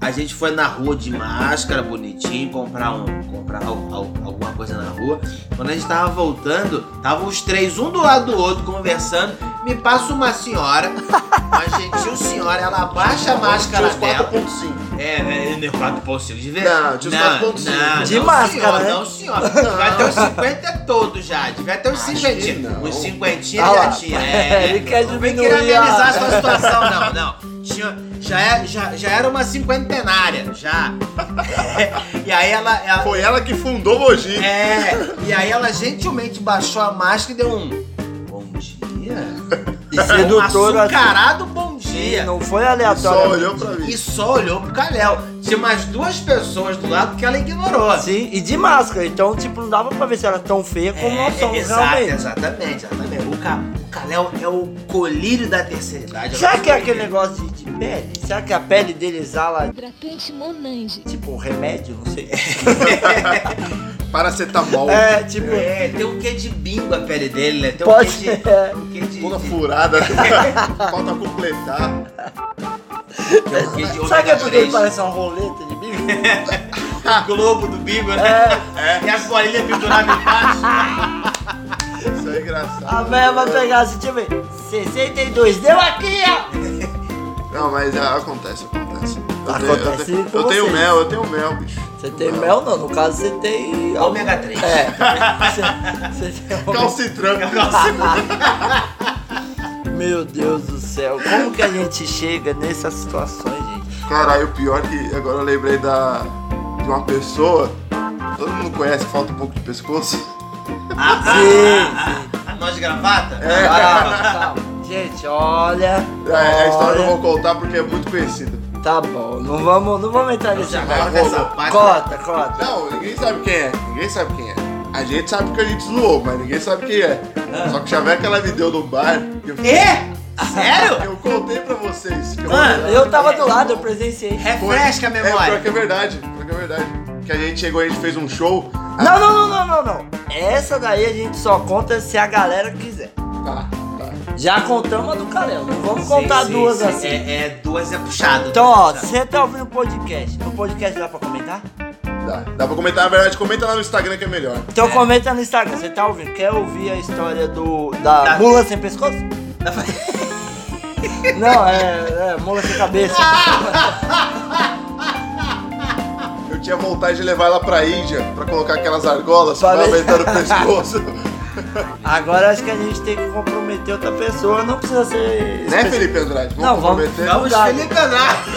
[SPEAKER 2] a gente foi na rua de máscara, bonitinho, comprar, um, comprar al- al- alguma coisa na rua. Quando a gente tava voltando, tava os três, um do lado do outro, conversando. Me passa uma senhora, uma gentil senhora, ela abaixa a máscara
[SPEAKER 3] Tinha
[SPEAKER 2] dela.
[SPEAKER 3] os 4.5.
[SPEAKER 2] É, é, é, 4.5 de vez?
[SPEAKER 3] Não, tinha os 4.5.
[SPEAKER 1] De máscara,
[SPEAKER 2] senhor,
[SPEAKER 1] né?
[SPEAKER 2] Não, senhora. Vai ter os 50 todos já. Devia ter uns
[SPEAKER 3] Acho que
[SPEAKER 2] 50.
[SPEAKER 3] não.
[SPEAKER 2] Uns 50
[SPEAKER 1] Ah
[SPEAKER 2] já
[SPEAKER 1] lá.
[SPEAKER 2] tinha. É,
[SPEAKER 1] Ele quer
[SPEAKER 2] não vem
[SPEAKER 1] diminuir
[SPEAKER 2] querer amenizar
[SPEAKER 1] a-
[SPEAKER 2] a sua situação, não, não. Tinha, já, é- já, já era uma cinquentenária, já. e aí ela. ela-
[SPEAKER 3] Foi ela que fundou o Mogi.
[SPEAKER 2] é, e aí ela gentilmente baixou a máscara e deu um. Bom dia.
[SPEAKER 1] E
[SPEAKER 2] Um
[SPEAKER 1] sedutora. assim.
[SPEAKER 2] açucarado bom dia.
[SPEAKER 1] Não foi
[SPEAKER 3] Só
[SPEAKER 1] aleatório.
[SPEAKER 3] olhou pra mim.
[SPEAKER 2] E só olhou pro Calhau. Tinha mais duas pessoas do lado que ela ignorou.
[SPEAKER 1] Sim, e de máscara. Então, tipo, não dava pra ver se era tão feia como nós somos
[SPEAKER 2] É, exato, É
[SPEAKER 1] realmente.
[SPEAKER 2] exatamente, exatamente. O, Ca, o Calhau é o colírio da terceira idade.
[SPEAKER 1] Será que é
[SPEAKER 2] Eu-
[SPEAKER 1] aquele negócio de, de pele? Será que a pele dele exala,
[SPEAKER 8] Hidratante Monange.
[SPEAKER 1] tipo, um remédio? Não sei.
[SPEAKER 3] Paracetamol.
[SPEAKER 1] É, tipo,
[SPEAKER 2] É, tem um quê de bingo a pele dele, né? Tem um
[SPEAKER 1] Pode
[SPEAKER 2] quê de.
[SPEAKER 1] ser.
[SPEAKER 2] Um quê de,
[SPEAKER 3] Toda
[SPEAKER 2] de-
[SPEAKER 3] furada. Falta completar.
[SPEAKER 2] tem um quê de
[SPEAKER 1] Sabe que é
[SPEAKER 2] ômega
[SPEAKER 1] porque ele
[SPEAKER 2] 3.
[SPEAKER 1] parece uma roleta de bico?
[SPEAKER 2] globo do bingo, né? E as bolinhas penduradas embaixo.
[SPEAKER 3] Isso é engraçado.
[SPEAKER 1] A velha vai pegar assim, deixa eu ver. 62, deu aqui, ó!
[SPEAKER 3] Não, mas ah, acontece, acontece. Eu
[SPEAKER 1] Acontece
[SPEAKER 3] tenho, eu
[SPEAKER 1] com
[SPEAKER 3] tenho, eu
[SPEAKER 1] vocês.
[SPEAKER 3] tenho mel, eu tenho mel, bicho.
[SPEAKER 1] Você tem mel? Não, no caso você tem.
[SPEAKER 2] Ômega 3.
[SPEAKER 1] É. Você, você tem ômega-
[SPEAKER 3] Calcitranca.
[SPEAKER 1] Meu Deus do céu, como que a gente chega nessas situações, gente?
[SPEAKER 3] Caralho, o pior é que agora eu lembrei da, de uma pessoa. Todo mundo conhece que falta um pouco de pescoço.
[SPEAKER 2] Ah, ah, ah, ah, Nós de gravata?
[SPEAKER 1] Calma, calma. Gente, olha.
[SPEAKER 3] É, a história eu
[SPEAKER 1] olha.
[SPEAKER 3] não vou contar porque é muito conhecida.
[SPEAKER 1] Tá bom, não vamos, não vamos entrar nesse
[SPEAKER 2] Já
[SPEAKER 1] barco.
[SPEAKER 2] corta essa parte.
[SPEAKER 1] Corta, corta.
[SPEAKER 3] Não, ninguém sabe quem é. Ninguém sabe quem é. A gente sabe que a gente zoou, mas ninguém sabe quem é. Só que o chaveco que ela me deu no bar. Eu,
[SPEAKER 2] É? Sério?
[SPEAKER 3] eu contei pra vocês. que eu-
[SPEAKER 2] Mano,
[SPEAKER 1] Eu tava do lado, eu presenciei.
[SPEAKER 3] Foi.
[SPEAKER 2] Refresca a
[SPEAKER 3] É, pior
[SPEAKER 2] memória.
[SPEAKER 3] que é verdade. Pior que é verdade. Que a gente chegou, a gente fez um show.
[SPEAKER 1] Não, não, não, não, não, não. Essa daí a gente só conta se a galera quiser.
[SPEAKER 3] Tá, tá.
[SPEAKER 1] Já contamos a do Calel, não vamos contar
[SPEAKER 2] Sim, sim,
[SPEAKER 1] duas
[SPEAKER 2] sim.
[SPEAKER 1] assim.
[SPEAKER 2] É, é, duas é puxado.
[SPEAKER 1] Então, ó,
[SPEAKER 2] Puxado.
[SPEAKER 1] você tá ouvindo o podcast. No podcast dá pra comentar?
[SPEAKER 3] Dá, tá. dá pra comentar, na verdade, comenta lá no Instagram que é melhor.
[SPEAKER 1] Então comenta no Instagram, você tá ouvindo? Quer ouvir a história do da
[SPEAKER 2] Da-
[SPEAKER 1] mula sem pescoço? Não, é, é mula sem cabeça.
[SPEAKER 3] Eu Eu tinha vontade de levar ela pra Índia, pra colocar aquelas argolas, pra
[SPEAKER 1] Falei.
[SPEAKER 3] aumentar o pescoço.
[SPEAKER 1] Agora acho que a gente tem que comprometer outra pessoa, não precisa ser.
[SPEAKER 3] né, Felipe Andrade? Vamos
[SPEAKER 1] Não, vamos-
[SPEAKER 3] comprometer?
[SPEAKER 1] não.
[SPEAKER 2] Vamos né?
[SPEAKER 1] Gago.
[SPEAKER 2] Felipe Andrade.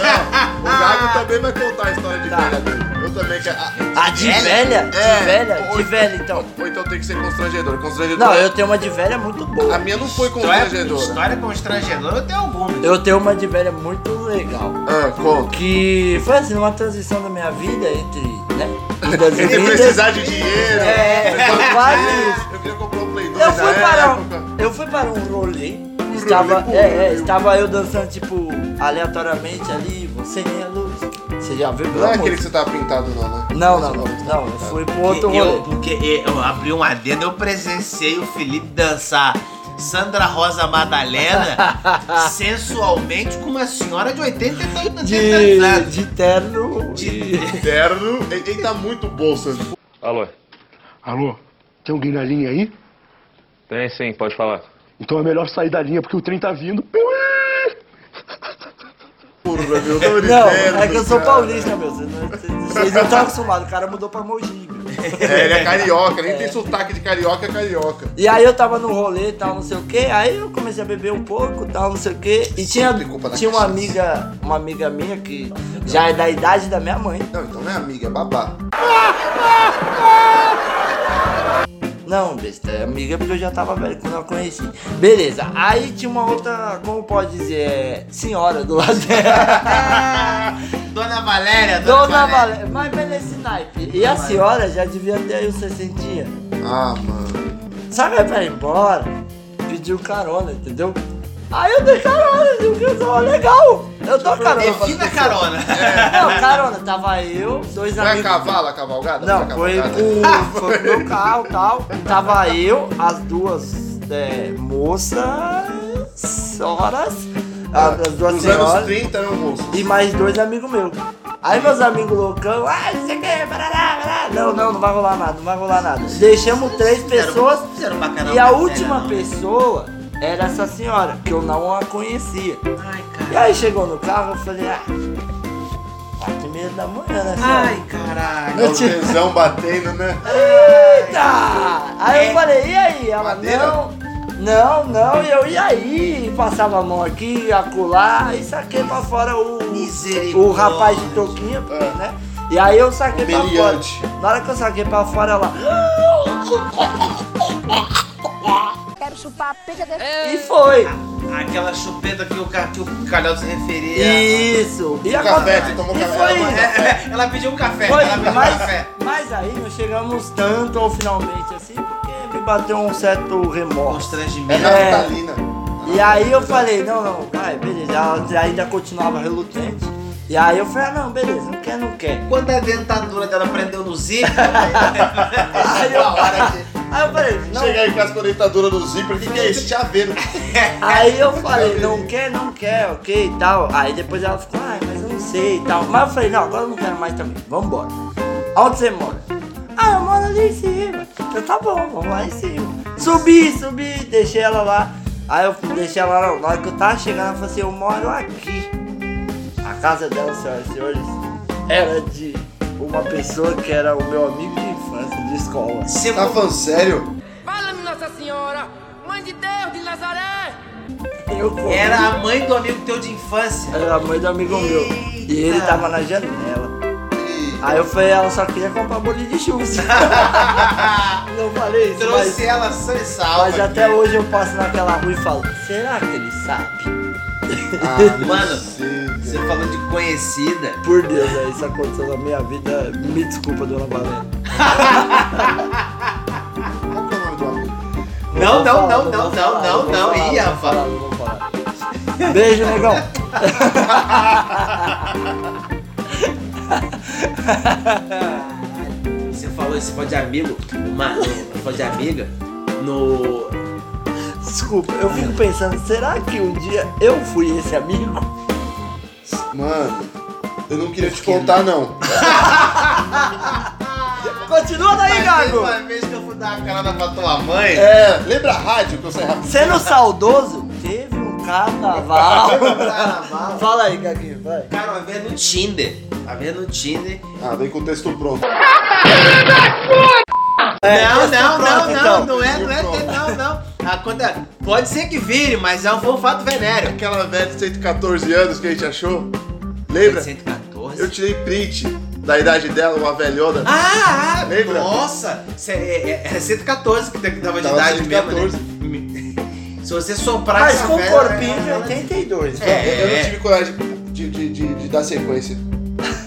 [SPEAKER 3] O Gago tá também vai contar a história de
[SPEAKER 1] Tá.
[SPEAKER 3] velha dele. Eu também quero. Ah,
[SPEAKER 1] A de velha? De
[SPEAKER 3] É.
[SPEAKER 1] velha?
[SPEAKER 3] Ou
[SPEAKER 1] De velha, então.
[SPEAKER 3] Ou então tem que ser constrangedor. Constrangedor. é-
[SPEAKER 1] Não, eu tenho uma de velha muito boa.
[SPEAKER 3] A minha não foi
[SPEAKER 2] é História,
[SPEAKER 3] constrangedora.
[SPEAKER 2] história constrangedora eu tenho algumas.
[SPEAKER 1] Eu tenho uma de velha muito legal.
[SPEAKER 3] Ah, conta.
[SPEAKER 1] Que foi assim, uma transição da minha vida entre, né? Idas e
[SPEAKER 3] Ele
[SPEAKER 1] vindas.
[SPEAKER 3] precisar de dinheiro.
[SPEAKER 1] É,
[SPEAKER 3] precisar de
[SPEAKER 1] quase
[SPEAKER 3] dinheiro.
[SPEAKER 1] isso.
[SPEAKER 3] Eu queria comprar um Play 2
[SPEAKER 1] Eu fui
[SPEAKER 3] na
[SPEAKER 1] para
[SPEAKER 3] época.
[SPEAKER 1] um, eu fui para um rolê. Estava,
[SPEAKER 3] rolê,
[SPEAKER 1] é, é,
[SPEAKER 3] rolê.
[SPEAKER 1] estava eu dançando tipo aleatoriamente ali, você nem a luz. Você já viu
[SPEAKER 3] Não é
[SPEAKER 1] pela
[SPEAKER 3] aquele que
[SPEAKER 1] música?
[SPEAKER 3] você tava pintado, não, né?
[SPEAKER 1] Não, não, não, não. Eu fui pro outro
[SPEAKER 2] Porque eu,
[SPEAKER 1] rolê.
[SPEAKER 2] porque eu abri um adendo, eu presenciei o Felipe dançar Sandra Rosa Madalena sensualmente com uma senhora de 80 e 80
[SPEAKER 1] De,
[SPEAKER 2] anos.
[SPEAKER 1] de terno.
[SPEAKER 2] De-
[SPEAKER 1] e-
[SPEAKER 3] Terno. Ele, ele tá muito bolsa.
[SPEAKER 10] Alô,
[SPEAKER 5] Alô? Tem alguém na linha aí?
[SPEAKER 10] tem sim, pode falar.
[SPEAKER 5] Então é melhor sair da linha porque o trem tá vindo.
[SPEAKER 3] Porra, meu. Não, de
[SPEAKER 1] Não,
[SPEAKER 3] terno,
[SPEAKER 1] é que eu sou
[SPEAKER 3] cara.
[SPEAKER 1] paulista, meu. Vocês não- Vocês não estão acostumados. O cara mudou pra Mogi, meu.
[SPEAKER 3] É, ele é carioca. Nem tem sotaque de carioca, é carioca.
[SPEAKER 1] E aí eu tava no rolê e tal, não sei o que, aí eu comecei a beber um pouco e tal, não sei o que. E tinha,
[SPEAKER 3] tem culpa da
[SPEAKER 1] tinha uma
[SPEAKER 3] cachaça.
[SPEAKER 1] amiga, uma amiga minha que já é da idade da minha mãe.
[SPEAKER 3] Não, então não é amiga, é babá.
[SPEAKER 1] Não, besta, é amiga porque eu já tava velho quando eu conheci. Beleza, aí tinha uma outra, como pode dizer, é, senhora do lado dela.
[SPEAKER 2] Dona Valéria, Dona,
[SPEAKER 1] Dona Valéria, mas velho esse naipe. E a senhora já devia ter aí uns 60 dias.
[SPEAKER 3] Ah, mano.
[SPEAKER 1] Sabe, aí pra ir embora, pediu carona, entendeu? Aí eu dei carona, eu dei um carona, legal. Eu dou carona.
[SPEAKER 2] Defina a carona.
[SPEAKER 1] Não, carona, tava eu, dois
[SPEAKER 3] Foi a
[SPEAKER 1] amigos.
[SPEAKER 3] é cavala, a cavalgada?
[SPEAKER 1] Não,
[SPEAKER 3] a
[SPEAKER 1] foi
[SPEAKER 3] cavalgada?
[SPEAKER 1] com, foi com o meu carro e tal. Tava eu, as duas é, moças, horas, as duas
[SPEAKER 3] Nos anos né,
[SPEAKER 1] senhoras
[SPEAKER 3] 30 eram moços.
[SPEAKER 1] e mais dois amigos meus. Aí meus amigos loucão, ah, não sei o que, barará, barará. Não, não, não vai rolar nada, não vai rolar nada. Deixamos três pessoas
[SPEAKER 2] fizeram bacanal
[SPEAKER 1] e a
[SPEAKER 2] pra
[SPEAKER 1] última
[SPEAKER 2] sério, não.
[SPEAKER 1] pessoa era essa senhora, que eu não a conhecia.
[SPEAKER 2] né? Ai,
[SPEAKER 1] E
[SPEAKER 2] cara.
[SPEAKER 1] aí chegou no carro, eu falei, ah, quatro e meia da manhã, né, senhora?
[SPEAKER 2] Ai, caralho.
[SPEAKER 3] O tesão batendo, né?
[SPEAKER 1] Eita! Aí
[SPEAKER 2] É.
[SPEAKER 1] eu falei, e aí? Ela,
[SPEAKER 3] Madeira?
[SPEAKER 1] não, não, não, e eu, e aí? E Passava a mão aqui, acular, e saquei pra fora o,
[SPEAKER 2] Misericórdia. É.
[SPEAKER 1] o rapaz de touquinha, né? E aí eu saquei pra fora.
[SPEAKER 3] Meliante.
[SPEAKER 1] Na hora que eu saquei pra fora, ela... "Ah!"
[SPEAKER 9] Quero chupar a pica desse...
[SPEAKER 6] É,
[SPEAKER 1] E foi.
[SPEAKER 2] Aquela chupeta que o, ca- que o Calhau se referia.
[SPEAKER 1] Isso. E
[SPEAKER 3] Tomou café,
[SPEAKER 1] acontece-
[SPEAKER 3] tu tomou
[SPEAKER 1] e
[SPEAKER 3] café,
[SPEAKER 1] foi
[SPEAKER 3] ela
[SPEAKER 1] indo.
[SPEAKER 3] mandou.
[SPEAKER 2] É, ela pediu um café.
[SPEAKER 1] Foi,
[SPEAKER 2] ela pediu um
[SPEAKER 1] mas,
[SPEAKER 2] café.
[SPEAKER 1] mas aí não chegamos tanto ou finalmente assim, porque me bateu um certo remorso.
[SPEAKER 3] É
[SPEAKER 2] Constrangimento.
[SPEAKER 1] É.
[SPEAKER 3] naftalina.
[SPEAKER 1] E aí eu falei, não, não, vai, beleza. Ela ainda continuava relutante. E aí eu falei, ah, não, beleza, não quer, não quer.
[SPEAKER 2] Quando a dentadura dela prendeu no zíper,
[SPEAKER 1] Aí eu, aí eu falei, não.
[SPEAKER 3] Chegar em casa com a dentadura do zíper, o que, que é isso? Chaveiro.
[SPEAKER 1] Aí eu falei, não quer, não quer, ok e tal. Aí depois ela ficou, ai, mas eu não sei e tal. Mas eu falei, não, agora eu não quero mais também, vambora. Onde você mora? Ah, eu moro ali em cima. Eu, tá bom, vamos lá em cima. Subi, subi, deixei ela lá. Aí eu deixei ela lá, na hora que eu tava chegando, ela falou assim, eu moro aqui. A casa dela, senhoras e senhores, era de uma pessoa que era o meu amigo de infância, de escola.
[SPEAKER 2] você
[SPEAKER 3] Tá falando sério?
[SPEAKER 6] Fala-me, Nossa Senhora! Mãe de Deus de Nazaré!
[SPEAKER 1] Eu corri.
[SPEAKER 2] era a mãe do amigo teu de infância.
[SPEAKER 1] Era a mãe do amigo meu. E ele
[SPEAKER 2] Eita.
[SPEAKER 1] tava na janela. Aí eu falei, ela só queria comprar um bolinho de chuva. Não falei isso, mas,
[SPEAKER 2] Trouxe ela sã e salva. né?
[SPEAKER 1] mas até hoje eu passo naquela rua e falo, será que ele sabe?
[SPEAKER 3] Ah,
[SPEAKER 2] Mano,
[SPEAKER 3] Sim,
[SPEAKER 2] Você falando de conhecida.
[SPEAKER 1] Por Deus, é, isso aconteceu na minha vida. Me desculpa, dona Valéria.
[SPEAKER 3] qual que é o nome do amigo?
[SPEAKER 2] Não,
[SPEAKER 1] vou
[SPEAKER 2] não,
[SPEAKER 1] falar,
[SPEAKER 2] não,
[SPEAKER 1] vou
[SPEAKER 2] não,
[SPEAKER 1] falar,
[SPEAKER 2] não,
[SPEAKER 1] vou
[SPEAKER 2] não,
[SPEAKER 1] falar,
[SPEAKER 2] ia,
[SPEAKER 1] vou falar, vou falar. Beijo, negão.
[SPEAKER 2] Você falou esse pode de amigo, uma, pode de amiga, no.
[SPEAKER 1] Desculpa, eu fico pensando, será que um dia eu fui esse amigo?
[SPEAKER 3] Mano, eu não queria te contar, não.
[SPEAKER 1] Continua daí,
[SPEAKER 2] Mas teve
[SPEAKER 1] Gago!
[SPEAKER 2] uma vez que eu fui dar uma carona pra tua mãe.
[SPEAKER 1] É.
[SPEAKER 3] É, lembra a rádio que eu saí rápido?
[SPEAKER 1] Sendo saudoso, teve um Carnaval.
[SPEAKER 2] um Carnaval.
[SPEAKER 1] Fala aí, Gaguinho, vai.
[SPEAKER 2] Cara, uma vez no Tinder. Tá vendo no Tinder?
[SPEAKER 3] Ah, vem com o texto pronto.
[SPEAKER 1] É,
[SPEAKER 2] não,
[SPEAKER 1] texto
[SPEAKER 2] não,
[SPEAKER 1] pronto,
[SPEAKER 2] não,
[SPEAKER 1] então.
[SPEAKER 2] não, não é, não é,
[SPEAKER 3] Pronto.
[SPEAKER 2] não, não. Ah, quando é- pode ser que vire, mas é um olfato venéreo.
[SPEAKER 3] Aquela velha de 114 anos que a gente achou. Lembra?
[SPEAKER 2] 114.
[SPEAKER 3] Eu tirei print da idade dela, uma velhona.
[SPEAKER 2] Ah, ah,
[SPEAKER 3] Lembra?
[SPEAKER 2] nossa! Cê- É, é- é 114 que dava de
[SPEAKER 3] Tava
[SPEAKER 2] idade
[SPEAKER 3] 114.
[SPEAKER 2] mesmo, né? Se você soprar
[SPEAKER 1] Mas
[SPEAKER 2] essa
[SPEAKER 1] com
[SPEAKER 2] vela, né?
[SPEAKER 1] corpinho de
[SPEAKER 2] ela-
[SPEAKER 1] 82.
[SPEAKER 2] É.
[SPEAKER 1] vai.
[SPEAKER 3] Eu não tive coragem de, de- de- de dar sequência.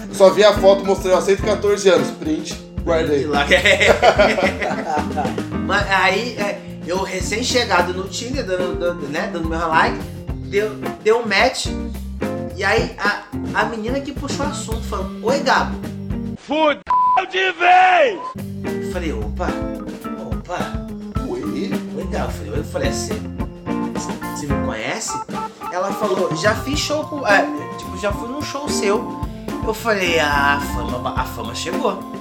[SPEAKER 3] Eu só vi a foto mostrando, ó, 114 anos, print, guardei.
[SPEAKER 2] De lá. Mas aí, é, eu recém-chegado no Tinder, dando, dando, né, dando meu like, deu, deu um match. E aí, a, a menina que puxou o assunto falou: Oi, Gabo. Fudeu de vez! Eu falei: opa, opa,
[SPEAKER 3] Ué?
[SPEAKER 2] oi, Gabo. Eu falei, "Oi." eu falei assim: Você me conhece? Ela falou: Já fiz show com. é, tipo, já fui num show seu. Eu falei: "Ah, A fama, a fama chegou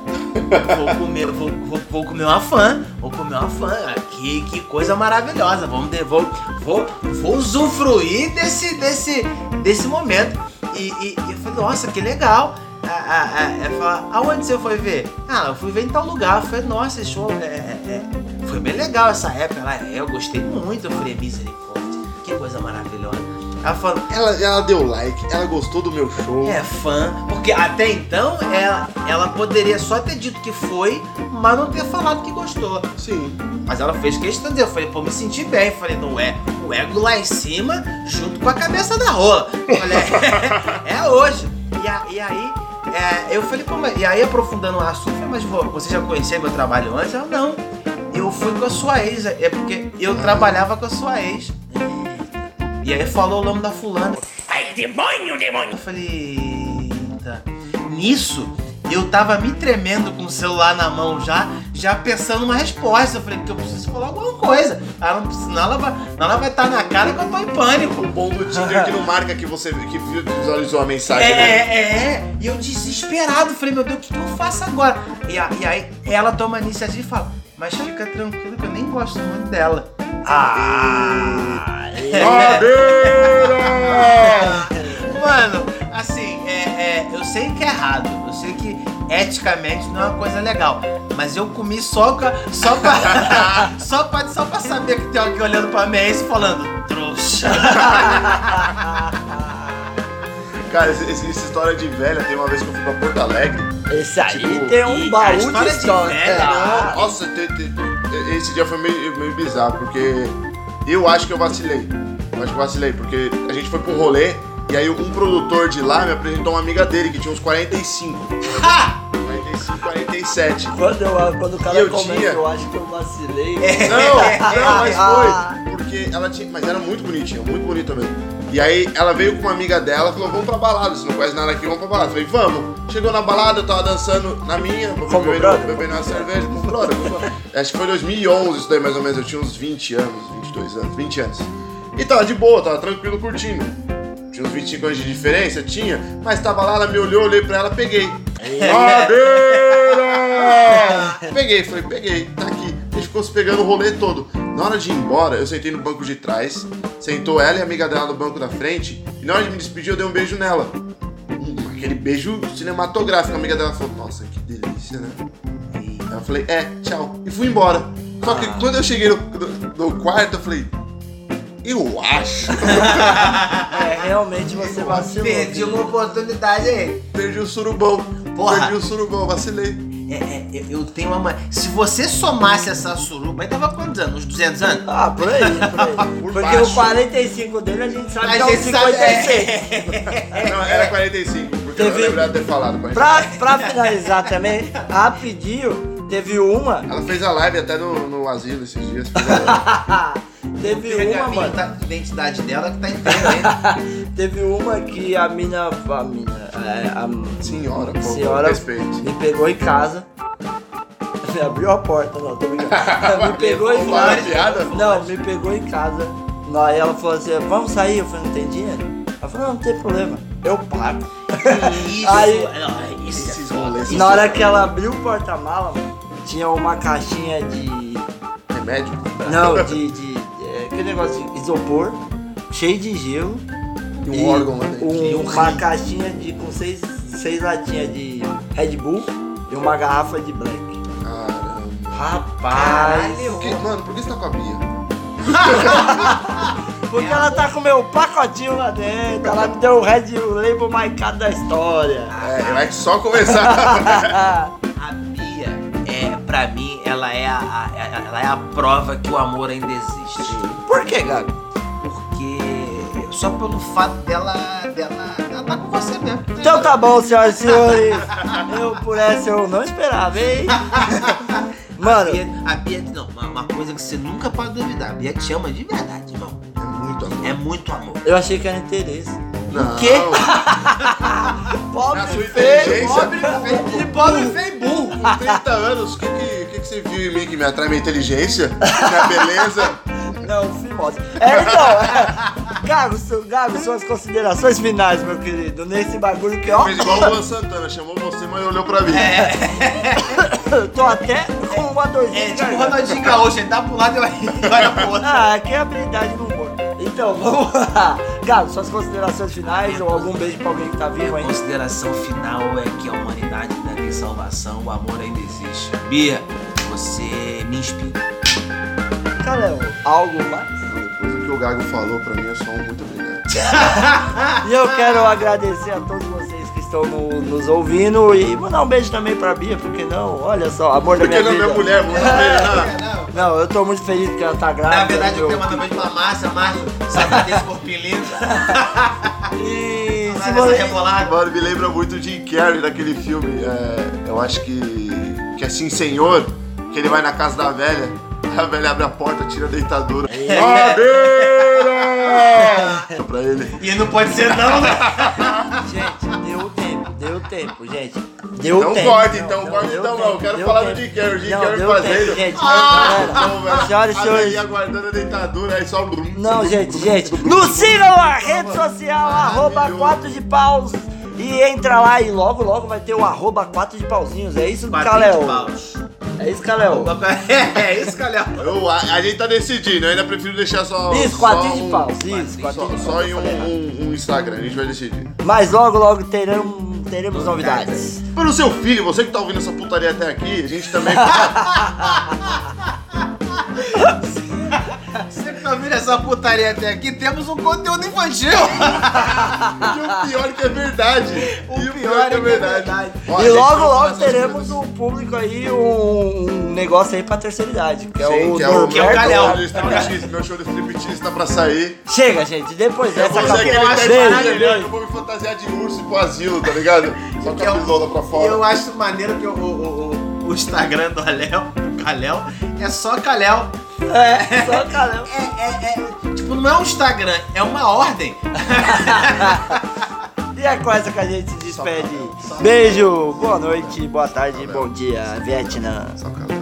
[SPEAKER 2] vou comer, vou, vou, vou comer uma fã, vou comer uma fã. Que, que coisa maravilhosa. Vamos de, vou, vou, vou usufruir desse, desse, desse momento. E, e- e eu falei, nossa, que legal. A- a- a- Ela fala, aonde você foi ver? Ah, eu fui ver em tal lugar. Eu falei, nossa, esse show. é- é- é- Foi bem legal essa época. Ela, "É, eu gostei muito. Eu falei, misericórdia, que coisa maravilhosa. Ela falou,
[SPEAKER 3] Ela, ela deu like, ela gostou do meu show.
[SPEAKER 2] é fã, porque até então ela, ela poderia só ter dito que foi, mas não ter falado que gostou.
[SPEAKER 3] Sim.
[SPEAKER 2] Mas ela fez questão de eu falei, pô, me senti bem. Falei, não é o ego lá em cima, junto com a cabeça da rola. Falei, é, hoje. E, a- e aí, é, eu falei, pô, mas, e aí aprofundando o assunto, eu falei, mas vô, você já conhecia meu trabalho antes? Ela, não. Eu fui com a sua ex, é porque eu trabalhava com a sua ex. E aí falou o nome da fulana. Eu falei, eita. Nisso, eu tava me tremendo com o celular na mão já, já pensando numa resposta. Eu falei, que eu preciso falar alguma coisa. Ela não, senão ela vai estar ela vai tá na cara que eu tô em pânico.
[SPEAKER 3] O bom do Tinder que não marca que você que visualizou a mensagem, né?
[SPEAKER 2] É, é, é. E eu desesperado, falei, meu Deus, o que, que eu faço agora? E, a- e aí ela toma a iniciativa e fala, mas fica tranquilo que eu nem gosto muito dela. Ah!
[SPEAKER 3] Madeira!
[SPEAKER 2] Mano, assim, é, é, eu sei que é errado, eu sei que eticamente não é uma coisa legal, mas eu comi só pra, só pra, só pra, só pra saber que tem alguém olhando pra minha ex e falando, trouxa.
[SPEAKER 3] Cara, esse- esse- essa história de velha, tem uma vez que eu fui pra Porto Alegre.
[SPEAKER 1] Esse aí
[SPEAKER 3] Tipo,
[SPEAKER 1] tem um
[SPEAKER 2] e a
[SPEAKER 1] baú de
[SPEAKER 2] história é de
[SPEAKER 1] história.
[SPEAKER 2] velho,
[SPEAKER 1] Ah,
[SPEAKER 3] Nossa, te- te- te- esse dia foi meio, meio bizarro, porque eu acho que eu vacilei. Eu acho que eu vacilei, porque a gente foi pra um rolê e aí um produtor de lá me apresentou uma amiga dele que tinha uns 45. 45, 47.
[SPEAKER 1] Quando, eu- quando o
[SPEAKER 3] E
[SPEAKER 1] cara
[SPEAKER 3] eu
[SPEAKER 1] comenta,
[SPEAKER 3] tinha-
[SPEAKER 1] eu acho que eu vacilei.
[SPEAKER 2] É.
[SPEAKER 3] Não, não, mas foi. Porque ela tinha. Mas era muito bonitinha, muito bonita mesmo. E aí ela veio com uma amiga dela e falou: vamos pra balada, se não conhece nada aqui, vamos pra balada. Eu falei, vamos. Chegou na balada, eu tava dançando na minha,
[SPEAKER 1] Como
[SPEAKER 3] bebendo,
[SPEAKER 1] brother?
[SPEAKER 3] bebendo uma cerveja, com o brother. com o brother. Acho que foi 2011 isso daí mais ou menos, eu tinha uns 20 anos, 22 anos, 20 anos. E tava de boa, tava tranquilo curtindo. Tinha uns 25 anos de diferença, tinha, mas tava lá, ela me olhou, olhei pra ela, peguei. Madeira! peguei, falei, peguei, tá aqui. A gente ficou se pegando o rolê todo. Na hora de ir embora, eu sentei no banco de trás, sentou ela e a amiga dela no banco da frente, e na hora de me despedir, eu dei um beijo nela. Hum, Aquele beijo cinematográfico. A amiga dela falou, nossa, que delícia, né? Aí eu falei, é, tchau. E fui embora. Só que
[SPEAKER 1] Ah.
[SPEAKER 3] quando eu cheguei no, no- no quarto, eu falei, eu acho.
[SPEAKER 1] É, realmente você
[SPEAKER 3] assim,
[SPEAKER 1] vacilou.
[SPEAKER 2] Perdi uma oportunidade aí.
[SPEAKER 3] Perdi o surubão.
[SPEAKER 2] Porra.
[SPEAKER 3] Perdi o surubão, vacilei.
[SPEAKER 2] É, é, eu- eu tenho uma... ma- Se você somasse essa suruba, aí tava quantos anos? Uns 200 anos?
[SPEAKER 1] Ah, por aí, por aí.
[SPEAKER 3] Por
[SPEAKER 1] Porque
[SPEAKER 3] baixo.
[SPEAKER 1] o 45 dele a gente sabe
[SPEAKER 2] A
[SPEAKER 1] que é o
[SPEAKER 2] gente sabe,
[SPEAKER 1] 56.
[SPEAKER 3] Não, era 45, porque eu não
[SPEAKER 1] É, Teve-
[SPEAKER 3] lembrava de ter falado. mas-
[SPEAKER 1] Pra, pra finalizar também, rapidinho, teve uma.
[SPEAKER 3] Ela fez a live até no, no asilo esses dias. fez a live.
[SPEAKER 1] teve uma,
[SPEAKER 2] Pergaminho
[SPEAKER 1] mano.
[SPEAKER 2] tá com a identidade dela que tá inteira,
[SPEAKER 1] Teve uma que a mina. A mina. é, a
[SPEAKER 3] Senhora, pô,
[SPEAKER 1] senhora
[SPEAKER 3] respeito.
[SPEAKER 1] me pegou em casa. Me abriu a porta, não, tô brincando. me pegou em
[SPEAKER 3] Fala a
[SPEAKER 1] casa.
[SPEAKER 3] piada.
[SPEAKER 1] Não, me pegou em casa. Aí ela falou assim, vamos sair? Eu falei, não tem dinheiro? Ela falou, não, não tem problema, eu pago.
[SPEAKER 2] Isso,
[SPEAKER 1] Aí-
[SPEAKER 2] não, isso,
[SPEAKER 3] Esses rolês.
[SPEAKER 1] Na hora que ela abriu o porta-mala, mano, tinha uma caixinha de.
[SPEAKER 3] Remédio.
[SPEAKER 1] Não, de. de, de- é, aquele negócio de isopor. cheio de gelo.
[SPEAKER 3] E um órgão lá dentro.
[SPEAKER 1] um-
[SPEAKER 3] E um
[SPEAKER 1] uma
[SPEAKER 3] rim.
[SPEAKER 1] caixinha de, com seis, seis latinhas de Red Bull e uma garrafa de Black.
[SPEAKER 3] Caramba.
[SPEAKER 1] Rapaz.
[SPEAKER 3] Ah, Por que- mano, por que você tá com a Bia?
[SPEAKER 1] Porque ela tá com meu pacotinho lá dentro. Ela me deu o Red Label mais caro da história.
[SPEAKER 3] É, vai só começar.
[SPEAKER 2] A Bia, é, pra mim, ela é a, a- a- ela é a prova que o amor ainda existe.
[SPEAKER 1] Por que, Gago?
[SPEAKER 2] Porque só pelo fato dela, dela, ela tá com você mesmo.
[SPEAKER 1] Então tá bom, senhoras e senhores. Eu, por essa, eu não esperava, hein? Mano,
[SPEAKER 2] A Bia, a Bia- não, uma, uma coisa que você nunca pode duvidar. A Bia te ama de verdade, irmão.
[SPEAKER 3] é muito amor.
[SPEAKER 2] É muito amor.
[SPEAKER 1] eu achei que era interesse.
[SPEAKER 3] Não.
[SPEAKER 1] quê? Pobre
[SPEAKER 3] Na sua
[SPEAKER 1] feio,
[SPEAKER 3] inteligência.
[SPEAKER 1] pobre
[SPEAKER 3] de pobre feio burro. Com 30 anos, o que, que, que, que você viu em mim que me atrai minha inteligência? Minha beleza?
[SPEAKER 1] Não, fimose. É, então, é. Gago, su- Gago, suas considerações finais, meu querido, nesse bagulho que, ó,
[SPEAKER 3] Fez igual o Luan Santana, chamou você, mas olhou pra mim.
[SPEAKER 1] eu tô até com uma dorzinha.
[SPEAKER 2] É
[SPEAKER 1] de
[SPEAKER 2] tipo o
[SPEAKER 1] garganta.
[SPEAKER 2] Ronaldinho Gaúcho, ele dá pro lado e vai- vai pro outro.
[SPEAKER 1] Ah, que habilidade no humor. Então, vamos lá. Gago, suas considerações finais ou algum beijo pra alguém que tá vivo
[SPEAKER 2] Minha
[SPEAKER 1] aí?
[SPEAKER 2] consideração final é que a humanidade ainda tem salvação, o amor ainda existe. Bia, você me inspira.
[SPEAKER 1] Cara, algo mais?
[SPEAKER 3] Depois do que o Gago falou pra mim, é só um muito obrigado.
[SPEAKER 1] E eu quero agradecer a todos vocês que estão no- nos ouvindo e mandar um beijo também pra Bia, porque não, olha só, amor da
[SPEAKER 3] Porque
[SPEAKER 1] minha
[SPEAKER 3] não é
[SPEAKER 1] vida.
[SPEAKER 3] minha mulher, vou mulher. né?
[SPEAKER 1] Não, eu tô muito feliz que ela tá grávida.
[SPEAKER 2] Na verdade, eu
[SPEAKER 1] meu
[SPEAKER 2] queria mandar um beijo pra Márcia, Márcia, sabe desse corpinho lindo?
[SPEAKER 1] E se
[SPEAKER 2] Sabe dessa
[SPEAKER 1] você...
[SPEAKER 2] rebolada?
[SPEAKER 3] Mano, me lembra muito o Jim Carrey daquele filme. é, eu acho que. Que é Sim Senhor, que ele vai na casa da velha, a velha abre a porta, tira a deitadura. Madeira! pra ele.
[SPEAKER 2] E não pode ser não, né?
[SPEAKER 1] Gente, deu tempo, deu tempo, gente. Deu
[SPEAKER 3] Então
[SPEAKER 1] tempo.
[SPEAKER 3] corta, então, corta,
[SPEAKER 1] deu
[SPEAKER 3] então, não, eu quero falar do Jim Carrey, o Jim
[SPEAKER 1] Não,
[SPEAKER 3] Carrey
[SPEAKER 1] deu
[SPEAKER 3] fazendo.
[SPEAKER 1] Tempo, gente,
[SPEAKER 3] Então,
[SPEAKER 1] galera,
[SPEAKER 3] velho,
[SPEAKER 1] senhoras e
[SPEAKER 3] a
[SPEAKER 1] senhores.
[SPEAKER 3] velhinha aguardando a deitadura, aí só.
[SPEAKER 1] Não, gente, gente. Nos sigam na rede social, arroba 4 de paus. E entra lá e logo, logo vai ter o arroba 4 de pauzinhos. É isso,
[SPEAKER 2] Bateu de
[SPEAKER 1] Caleo?
[SPEAKER 2] paus.
[SPEAKER 1] É isso, Caleo.
[SPEAKER 2] É isso, Calhau.
[SPEAKER 3] Eu, a, a gente tá decidindo, eu ainda prefiro deixar só.
[SPEAKER 1] Isso,
[SPEAKER 3] só
[SPEAKER 1] quadrinho de
[SPEAKER 3] um-
[SPEAKER 1] paus. Isso,
[SPEAKER 3] Só,
[SPEAKER 1] quadrinho de paus.
[SPEAKER 3] só em
[SPEAKER 1] eu
[SPEAKER 3] um,
[SPEAKER 1] falei errado.
[SPEAKER 3] um- um Instagram, a gente vai decidir.
[SPEAKER 1] Mas logo, logo teremos, teremos novidades.
[SPEAKER 3] Para o seu filho, você que tá ouvindo essa putaria até aqui, a gente também.
[SPEAKER 2] Você que tá vendo essa putaria até aqui, temos um conteúdo infantil.
[SPEAKER 3] e o pior é que é verdade.
[SPEAKER 2] O
[SPEAKER 3] e
[SPEAKER 2] pior é que é verdade.
[SPEAKER 3] Ó,
[SPEAKER 1] e
[SPEAKER 3] gente,
[SPEAKER 1] logo,
[SPEAKER 3] vamos falar
[SPEAKER 1] logo
[SPEAKER 3] essas
[SPEAKER 1] teremos
[SPEAKER 3] coisas.
[SPEAKER 1] um público aí, um, um negócio aí pra terceira idade, que é
[SPEAKER 3] Sim,
[SPEAKER 1] o
[SPEAKER 3] que é o,
[SPEAKER 1] Norberto.
[SPEAKER 2] que é o Calhau.
[SPEAKER 3] meu show de striptease, Meu show de striptease tá pra sair.
[SPEAKER 1] Chega, gente, depois
[SPEAKER 3] Eu
[SPEAKER 1] dessa
[SPEAKER 3] vou ser aquele
[SPEAKER 1] capela- é
[SPEAKER 3] cara
[SPEAKER 1] Beijo,
[SPEAKER 3] de
[SPEAKER 1] beijo.
[SPEAKER 3] melhor, né? eu vou me fantasiar de urso e pro asilo, tá ligado? Só com a pilola pra fora.
[SPEAKER 2] Eu acho maneiro que o, o- o- o Instagram do Aléo, do Caléu, é só Caléu.
[SPEAKER 1] É, só Caleo.
[SPEAKER 2] É, é, é. Tipo, não é um Instagram, é uma ordem.
[SPEAKER 1] E é com essa que a gente se despede. Beijo, boa noite, boa tarde, bom dia, Vietnã.
[SPEAKER 3] Só o Calhau.